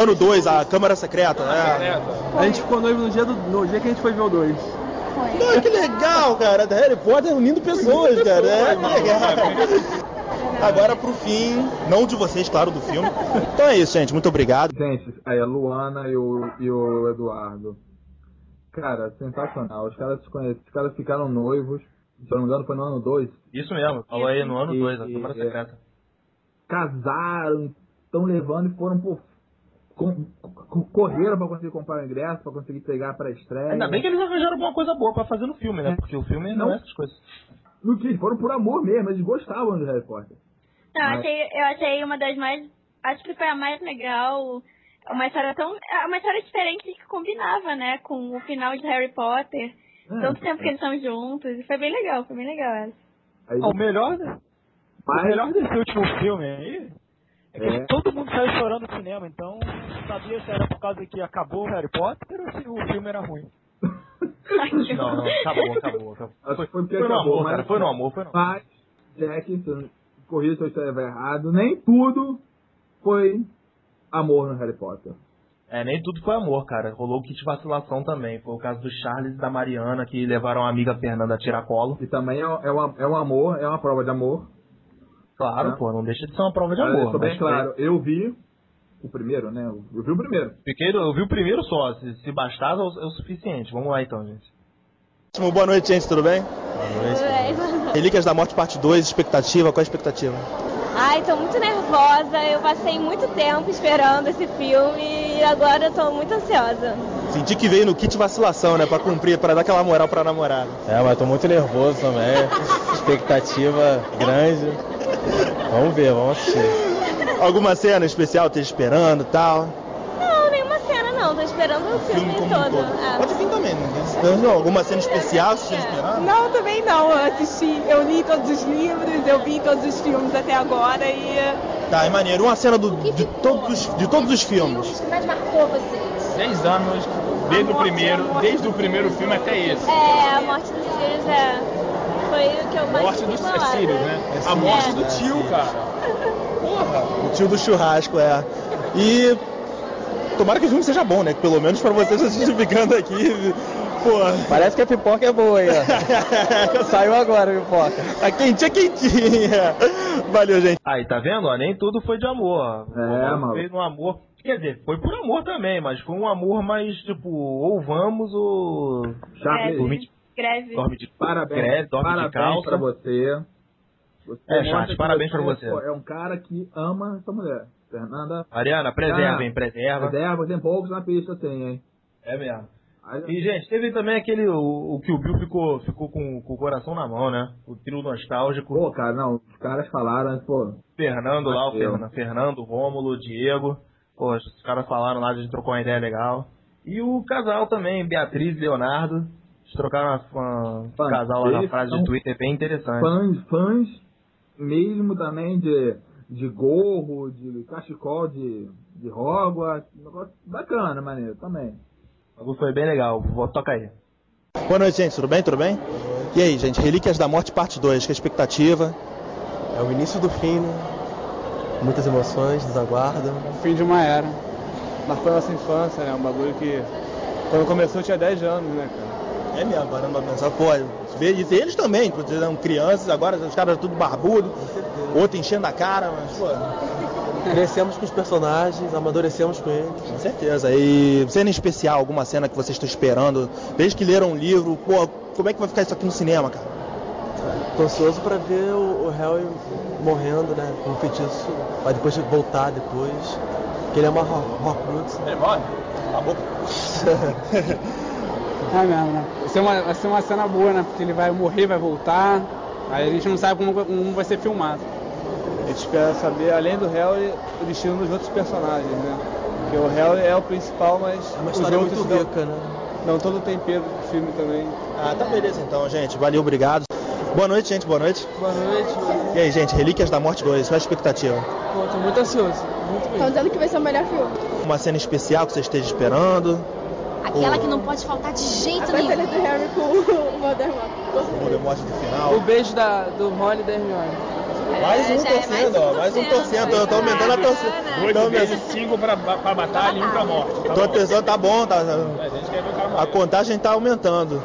S5: ano 2, a Câmara Secreta, né?
S12: A gente ficou noivo no dia, do, no dia que a gente foi ver o 2.
S5: Não, que legal, cara. Harry Potter unindo pessoas, cara. É,
S12: né?
S5: legal. Agora pro fim, não de vocês, claro, do filme. Então é isso, gente. Muito obrigado.
S2: Gente, aí a Luana e o, e o Eduardo. Cara, sensacional. Os caras se conhecem, os caras ficaram noivos. Se eu não me engano, foi no ano 2.
S1: Isso mesmo, falou aí no ano
S2: E-
S1: 2, a
S2: e-
S1: Câmara
S2: é.
S1: Secreta.
S2: Casaram, estão levando e foram, pô. com- co- correram pra conseguir comprar o ingresso, pra conseguir pegar pra estreia.
S1: Ainda bem que eles arranjaram alguma coisa boa pra fazer no filme, né? Porque o filme não,
S2: Não.
S1: é essas coisas.
S2: Não quis, foram por amor mesmo, eles gostavam de Harry Potter.
S3: Não, eu
S2: Mas-
S3: achei, eu achei uma das mais. Acho que foi a mais legal. Uma história tão. é Uma história diferente que combinava, né? Com o final de Harry Potter.
S1: Então,
S3: Tanto tempo que eles estão juntos. E foi bem legal, foi bem legal essa.
S1: é
S4: Ah, o melhor, né?
S2: Mas-
S4: O melhor desse último filme aí é que
S2: É.
S4: todo mundo saiu chorando no cinema, então sabia se era por causa que acabou o Harry Potter ou se o filme era ruim.
S1: Não, tá não, acabou, acabou, acabou.
S2: Acho que Foi, porque
S1: Foi no
S2: acabou,
S1: amor,
S2: mas-
S1: cara, foi no amor, foi no amor.
S2: Mas, Jackson, corrija se eu estiver errado, nem tudo foi amor no Harry Potter.
S1: É, nem tudo foi amor, cara. Rolou kit vacilação também. Foi o caso do Charles e da Mariana que levaram a amiga Fernanda a tirar colo.
S2: E também é, é, uma- é um amor, é uma prova de amor.
S1: Claro,
S2: Né?
S1: pô, não deixa de ser uma prova de
S2: Pra
S1: amor. né? É.
S2: deixar bem
S1: mas-
S2: claro, eu vi o primeiro, né? Eu eu vi o primeiro.
S1: Fiquei, É. eu vi o primeiro só. Se, se bastar, é o é o suficiente. Vamos lá então, gente.
S5: Boa noite, gente, tudo bem?
S15: é
S6: É
S5: Relíquias da Morte, parte 2, expectativa, qual a expectativa?
S6: Ai, tô muito nervosa. Eu passei muito tempo esperando esse filme e agora eu tô muito ansiosa.
S5: Senti que veio no kit vacilação, né? Pra cumprir, pra dar aquela moral pra namorada.
S16: É, mas tô muito nervoso também. Expectativa grande. Vamos ver, vamos assistir.
S5: Alguma cena especial, te esperando e tal? um
S6: Não, nenhuma cena não, tô esperando o filme, todo. Ah.
S5: Pode vir também, não tem não, não, Alguma cena especial, se te esperando?
S15: Não, também não. Eu assisti, eu li todos os livros, eu vi todos os filmes até agora e.
S5: Tá, é maneiro. Uma cena do- de, todos, os- de todos os filmes.
S15: que mais marcou vocês?
S13: Dez anos, desde o primeiro, desde o primeiro filme até esse.
S6: É, a morte dos filhos é. Foi o que eu mais
S13: Morte
S6: fiquei
S13: dos
S6: bolada.
S13: Cecílios, né? A morte do tio, cara.
S5: O tio do churrasco, é. E. Tomara que o filme seja bom, né? Que Pelo menos pra vocês assistir ficando aqui. Pô.
S16: Parece que a pipoca é boa aí, ó. Saiu agora a pipoca.
S5: A quentinha, quentinha. Valeu, gente.
S1: Aí, tá vendo? ó? nem tudo foi de amor. ó.
S2: É,
S1: Foi
S2: maluco.
S1: Fez um amor. Quer dizer, foi por amor também, mas foi um amor mais tipo, ou vamos ou.
S2: Charles.
S1: É, dorme de,
S3: Greve.
S1: dorme de
S2: Tá, Parabéns,
S1: greve, dorme
S2: parabéns
S1: de calça.
S2: pra você. Você
S1: É,
S2: mostra
S1: Charles,
S2: que
S1: parabéns pra você.
S2: pô, É um cara que ama essa mulher. Fernanda.
S1: Mariana, preserva, hein, preserva.
S2: Ah, Preserva, tem poucos na pista, tem, hein?
S1: É mesmo. E, gente, teve também aquele. O, o que o Bill ficou, ficou com, com o coração na mão, né? O trio nostálgico.
S2: Pô, cara, não, os caras falaram, pô.
S1: Fernando lá, o
S2: Bateu.
S1: Fernando, Fernando, Rômulo, Diego. Pô, os caras falaram lá, a gente trocou uma ideia legal. E o casal também, Beatriz e Leonardo. Eles trocaram uma, uma, um
S2: Fã.
S1: casal lá na
S2: Eles
S1: frase
S2: são
S1: de Twitter bem interessante.
S2: Fãs, fãs mesmo também de, de gorro, de cachecol, de, de Hogwarts. Um negócio bacana, maneiro, também.
S1: O bagulho foi bem legal, vou tocar aí.
S5: Boa noite, gente. Tudo bem? Tudo bem? E aí, gente? Relíquias da Morte, parte 2. Que expectativa?
S16: É o início do fim, né? Muitas emoções, nos aguardam.
S17: O fim de uma era. Marcou a nossa infância, né? Um bagulho que. Quando começou eu tinha 10 anos, né, cara?
S5: É mesmo, parando pra pensar, pô, vê- e eles também, porque eram crianças, agora os caras tudo barbudo, outro enchendo a cara, mas, pô.
S16: Crescemos com os personagens, amadurecemos com eles.
S5: Com certeza. E cena especial, alguma cena que vocês estão esperando, desde que leram um livro, pô, como é que vai ficar isso aqui no cinema, cara?
S16: Tô ansioso pra ver o, o Harry morrendo, né? Com o feitiço. Pra depois voltar depois. Que ele é uma Ho- Horcrux. né?
S17: Ele morre? Tá bom. É mesmo, né? Vai ser, uma, vai ser uma cena boa, né? Porque ele vai morrer, vai voltar. Aí a gente não sabe como, vai- como vai ser filmado. A gente espera saber, além do Harry, o destino dos outros personagens, né? Porque o Harry é o principal, mas.
S16: É uma
S17: os
S16: história
S17: outros
S16: muito
S17: dão-
S16: rica, né?
S17: Dão todo o tempero do filme também.
S5: Ah, tá beleza então, gente. Valeu, obrigado. Boa noite, gente, boa noite.
S17: Boa noite.
S5: E aí, gente, Relíquias da Morte 2, qual a expectativa?
S17: Pô, tô muito ansioso. Muito
S8: Estão dizendo que vai ser o melhor filme.
S5: Uma cena especial que você esteja esperando?
S9: Aquela que não pode faltar de jeito
S8: A
S9: nenhum.
S8: batalha do Harry com o Voldemort.
S5: Voldemort no Um final.
S17: O beijo da, do Rony e da Hermione.
S5: Mais um
S8: já é mais
S5: torcendo, ó, mais um torcendo, eu tô aumentando a torcida. Tô
S13: Oito
S5: aumentando-
S13: vezes cinco pra, pra batalha e um pra morte. Tá
S5: Tô
S13: bom.
S5: pensando, tá bom, tá.
S13: A gente quer ver o cara
S5: A contagem tá aumentando.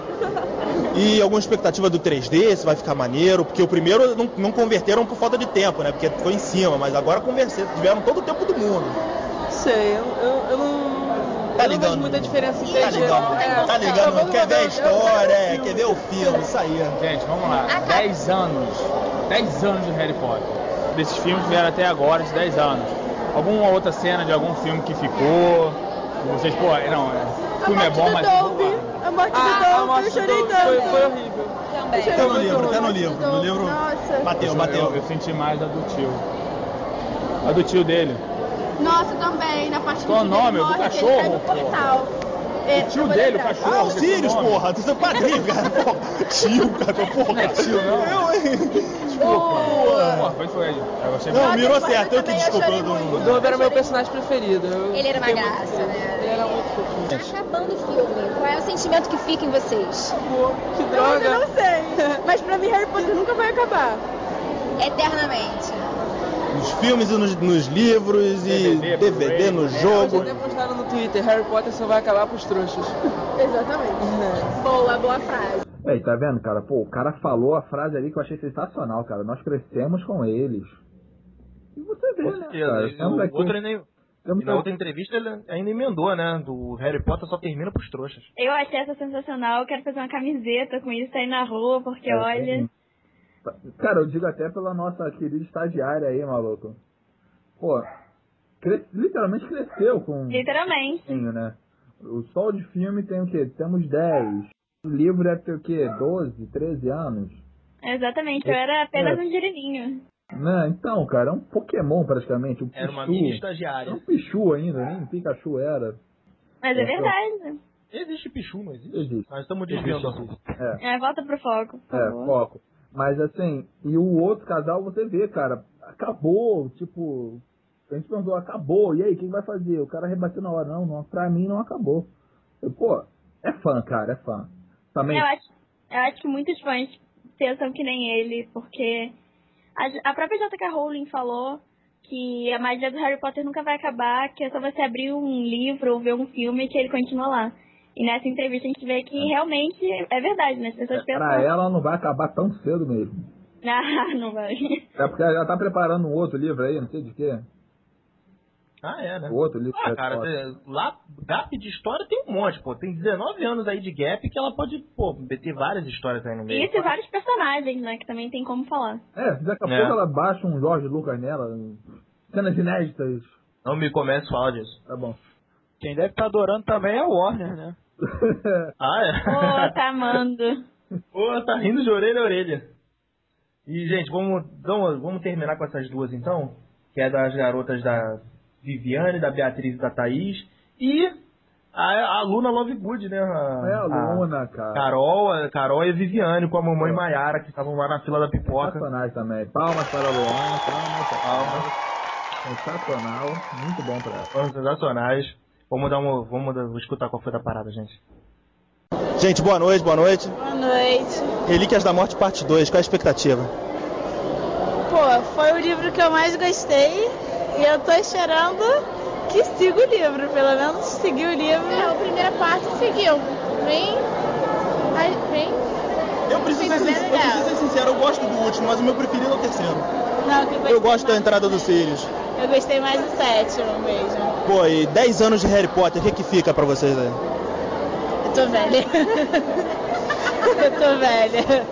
S5: E alguma expectativa do 3D, se vai ficar maneiro, porque o primeiro não, não converteram por falta de tempo, né? Porque foi em cima, mas agora converteram, tiveram todo o tempo do mundo.
S15: Sei, eu, eu, eu não. eu não
S5: Tá
S15: vejo
S5: ligando.
S15: muita diferença em
S5: Tá
S15: 3D, não.
S13: né?
S5: ligando,
S15: É,
S5: tá ligando, quer ver a história,
S17: né?
S5: é, quer ver o filme, isso aí. né?
S13: Gente, vamos lá. 10 anos. 10 anos de Harry Potter. Desses filmes que vieram até agora, esses 10 anos. Alguma outra cena de algum filme que ficou? Vocês, pô, não, é, o filme é bom, mas.
S8: A morte
S15: Ah,
S8: do
S15: a morte
S8: Dolph, eu
S15: do
S8: chorei
S15: Dolph foi-
S8: tanto.
S15: foi
S17: horrível.
S8: Também.
S5: Até no livro, até no livro. No livro
S8: Nossa.
S5: bateu,
S13: Eu-
S5: bateu.
S13: Eu, eu senti mais a do tio. A do tio dele.
S8: Nossa, também, na parte
S13: Qual o nome? Do
S8: morre,
S7: tá
S8: que ele
S13: cachorro?
S8: cai no portal. É,
S18: o tio
S8: eu vou
S18: dele, o
S8: lembrar.
S18: cachorro.
S8: Ah, o
S18: com
S8: Sirius,
S18: nome.
S8: porra,
S5: tu é padrinho, cara, porra. Tio, cara, porra.
S18: Não é tio, não.
S5: Eu, hein?
S18: Porra, foi isso aí. Eu achei
S5: Não,
S18: muito-
S5: mirou certo, eu que desculpa.
S18: muito.
S5: O
S13: Dover era meu personagem preferido. Eu
S7: Ele era uma
S13: fiquei é muito
S7: graça,
S13: feliz.
S7: né? Tá
S13: Ele era muito fofinho.
S7: Acabando o filme, qual é o sentimento que fica em vocês?
S13: que droga.
S7: Eu não sei, mas pra mim Harry Potter nunca vai acabar. Eternamente.
S5: Nos filmes e nos, nos livros e DVD, no jogo.
S13: Até postaram no Twitter, Harry Potter só vai acabar pros trouxas.
S7: Exatamente. Boa, boa frase.
S2: Aí, tá vendo, cara? Pô, o cara falou a frase ali que eu achei sensacional, cara. Nós crescemos com eles.
S1: Com certeza.
S2: né, cara, é um
S1: E
S2: estamos
S1: o
S2: aqui.
S1: outro ainda-
S2: Estamos
S1: e na
S2: aqui.
S1: outra entrevista ele ainda emendou, né? Do Harry Potter só termina pros trouxas.
S3: Eu achei essa sensacional, eu quero fazer uma camiseta com isso aí na rua, porque
S2: É,
S3: olha.
S2: sim. Cara, eu digo até pela nossa querida estagiária aí, maluco. Pô, cre- literalmente cresceu com.
S3: Literalmente.
S2: Sim, né? O sol de filme tem o quê? Temos 10. O livro deve ter o quê? 12, 13 anos?
S3: Exatamente,
S2: É,
S3: eu era apenas um girininho.
S2: Né? Então, cara, é um Pokémon praticamente. Um
S1: Era uma
S2: Pichu.
S1: mini estagiária.
S2: Era um Pichu ainda, nem Pikachu era.
S3: Mas é
S2: É,
S3: verdade.
S1: Existe Pichu, não existe?
S2: Existe.
S1: Nós estamos desviando o assunto.
S2: É.
S3: É, volta pro foco. por
S2: É,
S3: favor.
S2: foco. Mas assim, e o outro casal você vê, cara, acabou, tipo, a gente perguntou, acabou, e aí, quem vai fazer? O cara rebateu na hora, não, não, pra mim não acabou. Eu, pô, é fã, cara, é fã. Também.
S3: Eu acho, eu acho que muitos fãs pensam que nem ele, porque a, a própria J.K. Rowling falou que a magia do Harry Potter nunca vai acabar, que é só você abrir um livro ou ver um filme que ele continua lá. E nessa entrevista a gente vê que realmente é verdade, né? As pessoas pensam.
S2: Pra ela não vai acabar tão cedo mesmo.
S3: Ah, não vai.
S2: É porque ela já tá preparando um outro livro aí, não sei de quê.
S1: Ah, é, né?
S2: O outro livro
S1: Ah,
S2: da
S1: cara,
S2: escola.
S1: tem- lá, gap de história tem um monte, pô. Tem 19 anos aí de gap que ela pode, pô, ter várias histórias aí no meio.
S3: E isso e vários personagens, né? Que também tem como falar.
S2: É, daqui a
S1: É.
S2: pouco ela baixa um Jorge Lucas nela. um Cenas inéditas.
S1: Não me comece a falar disso.
S2: Tá bom.
S19: Quem deve estar adorando também é o Warner, né?
S1: Ah, é?
S3: Ô, tá amando.
S1: Pô, tá rindo de orelha a orelha. E, gente, vamos, vamos, vamos terminar com essas duas então, que é das garotas da Viviane, da Beatriz e da Thaís. E a, a Luna Lovegood, né? A,
S2: É a Luna, cara.
S1: Carol, a Carol e a Viviane com a mamãe Maiara, que estavam lá na fila da pipoca.
S2: Sensacionais também. Palmas para a Luana, palmas, palmas. Sensacional, muito bom pra ela.
S1: Foram sensacionais. Vamos dar uma. Vamos dar- vou escutar qual foi da parada, gente.
S5: Gente, boa noite, boa noite.
S20: Boa noite.
S5: Relíquias da Morte, parte 2, qual é a expectativa?
S20: Pô, foi o livro que eu mais gostei e eu tô esperando que siga o livro, pelo menos seguir o livro. É, a primeira parte seguiu. Bem. Bem.
S5: Eu preciso ser, sin- eu preciso ser sincero, eu gosto do último, mas o meu preferido é o terceiro. eu gosto da entrada do Sirius.
S20: Eu gostei mais do sétimo mesmo.
S5: Pô, e 10 anos de Harry Potter, o que que fica pra vocês aí?
S20: Eu tô velha. eu tô velha.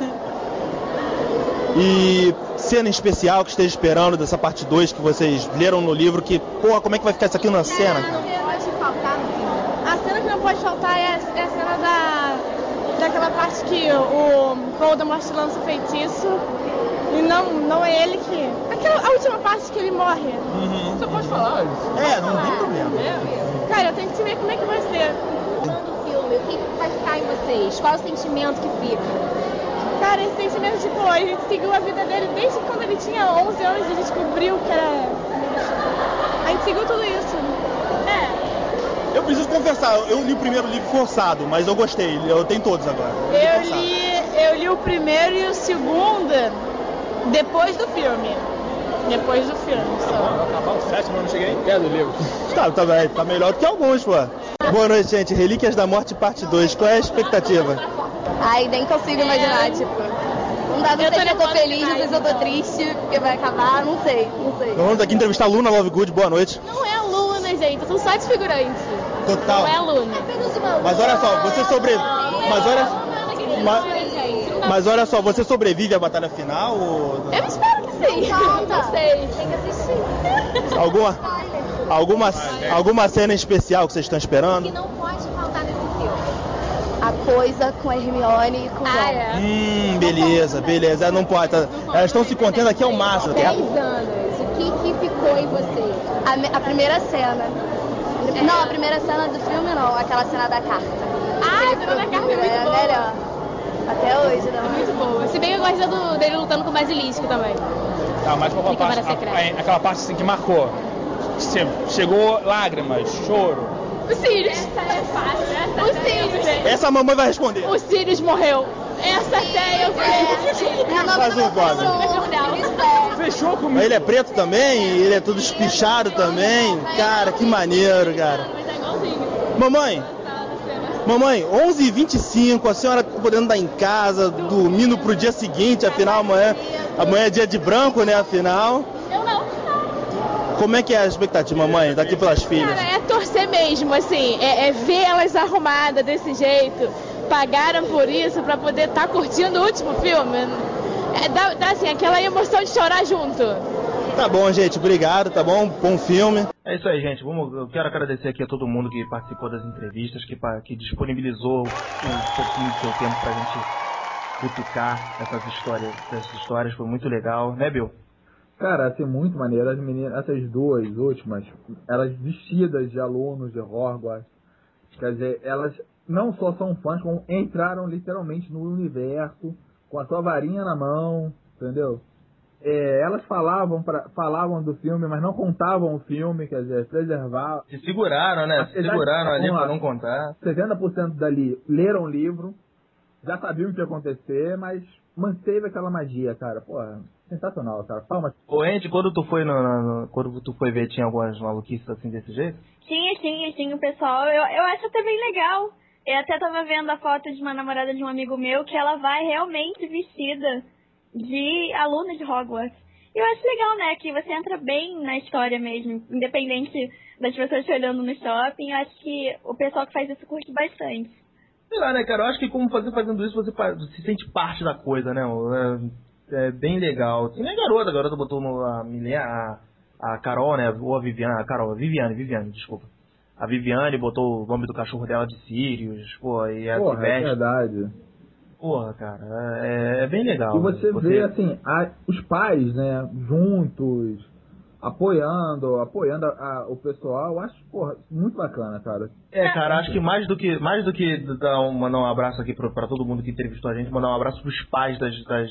S5: E cena em especial que esteja esperando dessa parte 2 que vocês leram no livro, que, porra, como é que vai ficar isso aqui na cena?
S6: Não pode faltar no filme. assim. A cena que não pode faltar é a, é a cena da, daquela parte que o Voldemort lança o feitiço. E não, não é ele que. Aquela, a última parte que ele morre.
S5: Você
S6: pode falar
S5: É, não tem problema.
S6: Cara, eu tenho que te ver como é que vai ser.
S7: O filme, o que vai ficar em vocês? Qual é o sentimento que fica?
S6: Cara, esse sentimento de pô, a gente seguiu a vida dele desde quando ele tinha 11 anos e descobriu que era. A gente seguiu tudo isso. É,
S5: Eu preciso confessar, eu li o primeiro livro forçado, mas eu gostei, eu tenho todos agora.
S20: Eu li, eu li o primeiro e o segundo depois do filme. Depois do filme, só.
S5: Acabar o sétimo, eu não cheguei nem perto do livro. Tá, tá, bem, tá melhor do que alguns, pô. Boa noite, gente. Relíquias da Morte, parte 2. Qual é a expectativa?
S8: Ai, nem
S6: É.
S8: consigo imaginar, tipo. Não dá pra dizer que eu tô feliz, mas eu tô
S6: então.
S8: triste, porque vai acabar, não sei, não sei.
S5: Nós Então vamos aqui entrevistar a Luna Lovegood, boa noite.
S6: não é aluna, gente, são só desfigurantes.
S5: Total.
S6: Não é aluna.
S5: Mas olha só, você sobre... Mas olha...
S6: é
S5: Mas, mas olha só, você sobrevive à batalha final ou...
S6: Eu espero que sim. Não sei. Tem que assistir.
S5: Alguma, alguma, alguma cena especial que vocês estão esperando?
S8: não pode faltar nesse filme? A coisa com a Hermione e com o Ron. Ah, é?
S5: Hum, beleza, beleza. É, Não pode. tá- Elas estão se contendo aqui ao máximo. tá?
S8: 10 anos, o que que ficou em você? A, me- a primeira cena.
S15: É.
S6: Não, a primeira cena do filme não, aquela cena da carta.
S15: Ah, a cena da carta é muito
S6: é
S15: boa.
S6: melhor. Até hoje, não.
S15: Muito boa. Se bem que eu gosto da do- dele lutando com o basilisco também.
S13: Tá, mas qual foi a
S15: E Câmara
S13: parte, a-
S15: Secreta.
S13: a- aquela parte assim que marcou? Che- Chegou lágrimas, choro.
S15: O Sirius. Essa é fácil. o Sirius.
S13: Essa a mamãe vai responder.
S15: O Sirius morreu. Essa até eu sei. É a
S5: Faz um Bob.
S13: Fechou comigo.
S5: Ele é preto também, ele é todo espichado também. Cara, que maneiro, cara. Mamãe, mamãe, 11h25, a senhora tá podendo estar em casa, dormindo pro dia seguinte, afinal amanhã, amanhã é dia de branco, né, afinal.
S15: Eu não.
S5: Como é que é a expectativa, mamãe, daqui pelas filhas?
S15: Cara, é torcer mesmo, assim, é, é ver elas arrumadas desse jeito. Pagaram por isso pra poder estar curtindo o último filme. É, dá, dá, assim, aquela emoção de chorar junto. é
S5: Tá bom, gente, obrigado, tá bom? Bom filme.
S1: É isso aí, gente. Vamos, eu quero agradecer aqui a todo mundo que participou das entrevistas, que, pa- que disponibilizou um pouquinho do seu tempo pra gente cutucar essas histórias, essas histórias. Foi muito legal, né, Bill?
S2: Cara, assim, muito maneiro. As meninas, essas duas últimas, elas vestidas de alunos de Hogwarts. Quer dizer, elas não só são fãs, como entraram literalmente no universo, com a sua varinha na mão, entendeu? É, elas falavam, pra, falavam do filme, mas não contavam o filme, quer dizer, preservar.
S1: Se seguraram, né? Se
S2: Apesar-
S1: seguraram ali
S2: vamos lá.
S1: pra não contar.
S2: 70% dali leram o livro, já sabiam o que ia acontecer, mas manteve aquela magia, cara. Pô, sensacional, cara. Palmas.
S1: Ô, Andy, quando tu foi no, no- no- quando tu foi ver, tinha algumas maluquices assim desse jeito?
S3: Tinha, tinha, tinha o pessoal. Eu, eu acho até bem legal. Eu até tava vendo a foto de uma namorada de um amigo meu que ela vai realmente vestida de aluna de Hogwarts. E eu acho legal, né? Que você entra bem na história mesmo, independente das pessoas te olhando no shopping. Eu acho que o pessoal que faz isso curte bastante.
S1: Sei lá, né, cara? Eu acho que como fazer fazendo isso, você pa- se sente parte da coisa, né? É, é bem legal. Que nem a garota, a garota botou no, a, Milena- a, a Carol, né? Ou a Viviane, a Carol, a Viviane, Viviane, desculpa. A Viviane botou o nome do cachorro dela de Sirius, pô, e a
S2: Porra, é
S1: Silvestre.
S2: verdade.
S1: Porra, cara, é, é bem legal.
S2: E você vê, assim, a- os pais, né, juntos, apoiando, apoiando a- a- o pessoal, eu acho, porra, muito bacana, cara.
S1: É, cara, acho que mais do que mais do que dar um, mandar um abraço aqui pro- pra todo mundo que entrevistou a gente, mandar um abraço pros pais das das,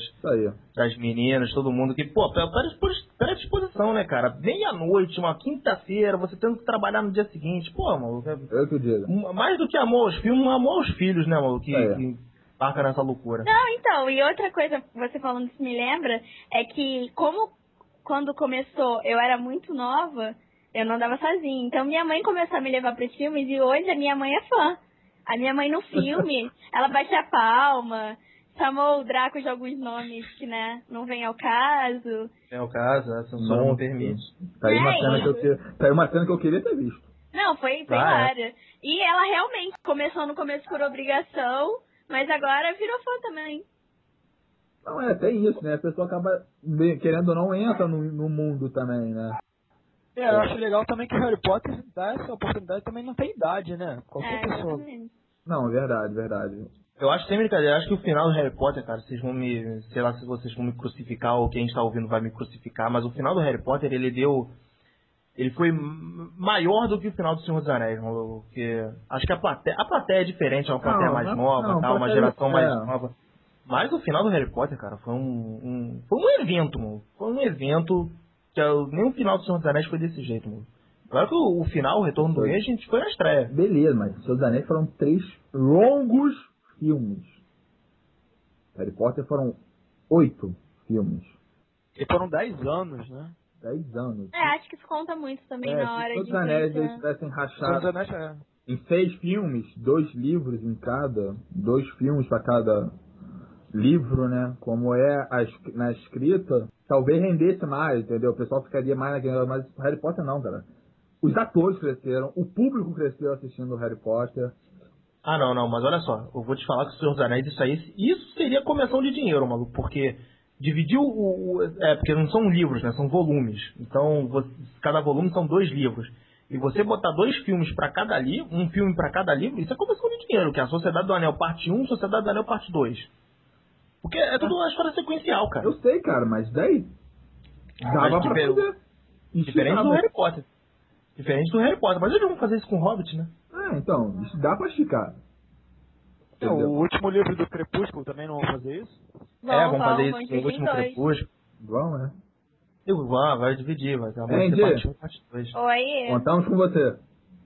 S1: das meninas, todo mundo que, pô, tá tá à dispo- tá à disposição, né, cara? Meia-noite, uma quinta-feira, você tendo que trabalhar no dia seguinte, pô, maluco. é-
S2: Eu que digo.
S1: um- Mais do que amor aos filmes, um amor aos filhos, né, maluco? Que, que embarca nessa loucura.
S3: Não, então, e outra coisa, você falando isso me lembra, é que como quando começou eu era muito nova, eu não andava sozinha. Então minha mãe começou a me levar pros filmes e hoje a minha mãe é fã. A minha mãe no filme, ela bate a palma, chamou o Draco de alguns nomes que, né, não vem ao caso.
S1: É o caso, a censura não
S2: Nossa.
S1: permite.
S2: Tá aí uma
S3: É
S2: cena que eu, que, tá aí uma cena que eu queria ter visto.
S3: Não, foi, foi
S2: Ah, é.
S3: hilária. E ela realmente começou no começo por obrigação, mas agora virou fã também.
S2: Não, é, tem isso, né, a pessoa acaba, me- querendo ou não, entra no, no mundo também, né.
S4: É, eu acho legal também que Harry Potter dá essa oportunidade também não tem idade, né?
S3: É,
S4: Qualquer pessoa.
S2: Não, verdade, verdade.
S1: Eu acho sem brincadeira, eu acho que o final do Harry Potter, cara, vocês vão me. Sei lá se vocês vão me crucificar ou quem está ouvindo vai me crucificar, mas o final do Harry Potter, ele deu. Ele foi m- maior do que o final do Senhor dos Anéis, maluco. Porque acho que a plateia, a plateia é diferente, é uma plateia
S2: Não,
S1: mais
S2: não,
S1: nova,
S2: não,
S1: tá, uma
S2: plateia-
S1: geração mais
S2: é.
S1: nova. Mas o final do Harry Potter, cara, foi um. um- foi um evento, mano. Foi um evento que eu- nem o final do Senhor dos Anéis foi desse jeito, mano. Claro que o, o final, o retorno do rei, a gente foi na estreia.
S2: Beleza, mas Seus Anéis foram três longos filmes. Harry Potter foram oito filmes.
S4: E foram 10 anos, né?
S2: 10 anos.
S3: É, acho que isso conta muito também
S2: É,
S3: na hora
S2: se
S3: de
S2: todos os anéis eles
S3: pensar.
S2: tivessem
S4: Senhor dos
S2: rachado
S4: Anéis, é.
S2: em seis filmes, dois livros em cada, dois filmes para cada livro, né? Como é a es- na escrita, talvez rendesse mais, entendeu? O pessoal ficaria mais naquele negócio, mas Harry Potter não, cara. Os atores cresceram, o público cresceu assistindo Harry Potter.
S1: Ah, não, não, mas olha só, eu vou te falar que o Senhor dos Anéis, isso aí, isso seria começão de dinheiro, maluco, porque dividiu o, o- É, porque não são livros, né? São volumes. Então, você- cada volume são dois livros. E você botar dois filmes pra cada livro, um filme pra cada livro, isso é começão de dinheiro, que é a Sociedade do Anel parte 1, Sociedade do Anel parte 2. Porque é tudo uma história sequencial, cara.
S2: Eu sei, cara, mas daí.
S1: Mas
S2: Dava pra
S1: difer-
S2: fazer.
S1: Diferente do
S2: dava.
S1: Harry Potter. Diferente do Harry Potter. Mas eles vão fazer isso com o Hobbit, né?
S2: Ah, então, isso dá pra esticar.
S4: É, o último livro do Crepúsculo também não vão fazer isso?
S1: é, vão fazer isso com o último crepúsculo.
S2: Vão, né?
S1: Eu vão, vai dividir, vai ter uma
S2: Hein, Di?
S1: parte 1 parte 2.
S3: Oi.
S2: Contamos com você.
S3: é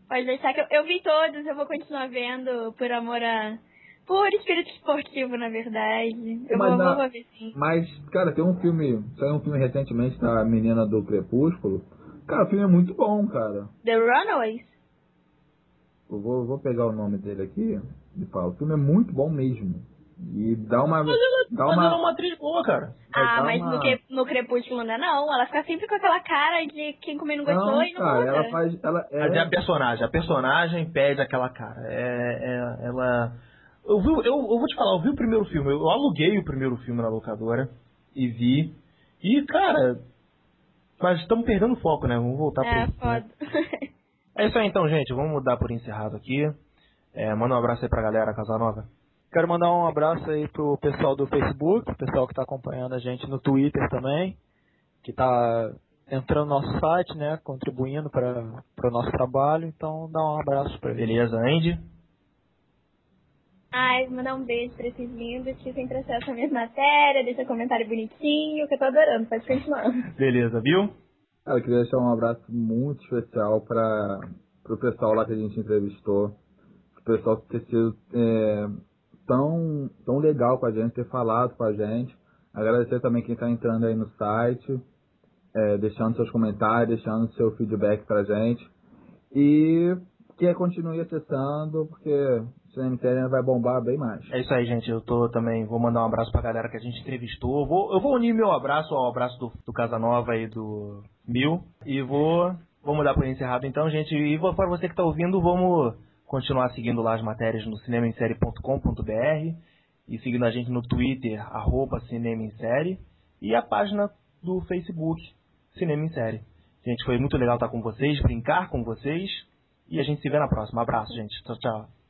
S3: Pode deixar que eu, eu vi todos, eu vou continuar vendo por amor a. Por espírito esportivo, na verdade. Eu
S2: É, Mas
S3: vou,
S2: na-
S3: vou ver sim.
S2: Mas, cara, tem um filme, saiu um filme recentemente da Menina do Crepúsculo. Cara, o filme é muito bom, cara.
S3: The Runaways?
S2: Eu vou, vou pegar o nome dele aqui e falo. O filme é muito bom mesmo. E dá uma.
S3: Tá
S2: dá
S1: Mas
S2: uma,
S1: ela é uma atriz boa, cara.
S3: Ah,
S2: dá
S3: mas
S2: uma-
S3: no, que, no Crepúsculo não é não. Ela fica sempre com aquela cara de quem comer não gostou né?
S2: Não,
S3: e não
S2: cara,
S3: muda.
S2: ela faz. Ela é.
S1: Mas é a personagem. A personagem perde aquela cara. É, é- ela. Eu, vi, eu, eu vou te falar, eu vi o primeiro filme. Eu aluguei o primeiro filme na locadora e vi. E, cara. Mas estamos perdendo o foco, né? Vamos voltar
S3: é,
S1: pro.
S3: foda.
S1: É isso aí então, gente. Vamos dar por encerrado aqui. É, manda um abraço aí pra galera, Casa Nova.
S4: Quero mandar um abraço aí pro pessoal do Facebook, o pessoal que tá acompanhando a gente no Twitter também, que tá entrando no nosso site, né, contribuindo para o nosso trabalho. Então, dá um abraço para eles.
S1: Beleza, Andy.
S3: Ai, mandar um beijo pra esses lindos que sempre acessam a minha matéria, deixa comentário bonitinho, que eu tô adorando. Pode continuar.
S1: Beleza, viu?
S2: Cara, eu queria deixar um abraço muito especial para o pessoal lá que a gente entrevistou. O pessoal ter sido é, tão, tão legal com a gente, ter falado com a gente. Agradecer também quem está entrando aí no site, é, deixando seus comentários, deixando seu feedback para gente. E que continue acessando, porque o CNMT vai bombar bem mais.
S1: É isso aí, gente. Eu tô também. Vou mandar um abraço pra galera que a gente entrevistou. Eu vou, eu vou unir meu abraço ao abraço do, do Casanova e do Mil. E vou. Vou mudar por encerrado então, gente. E vou, para você que tá ouvindo, vamos continuar seguindo lá as matérias no cinemaemsérie.com.br e seguindo a gente no Twitter, arroba Cinema em Série, e a página do Facebook, Cinema em Série. Gente, foi muito legal estar com vocês, brincar com vocês, e a gente se vê na próxima. Abraço, gente. Tchau, tchau.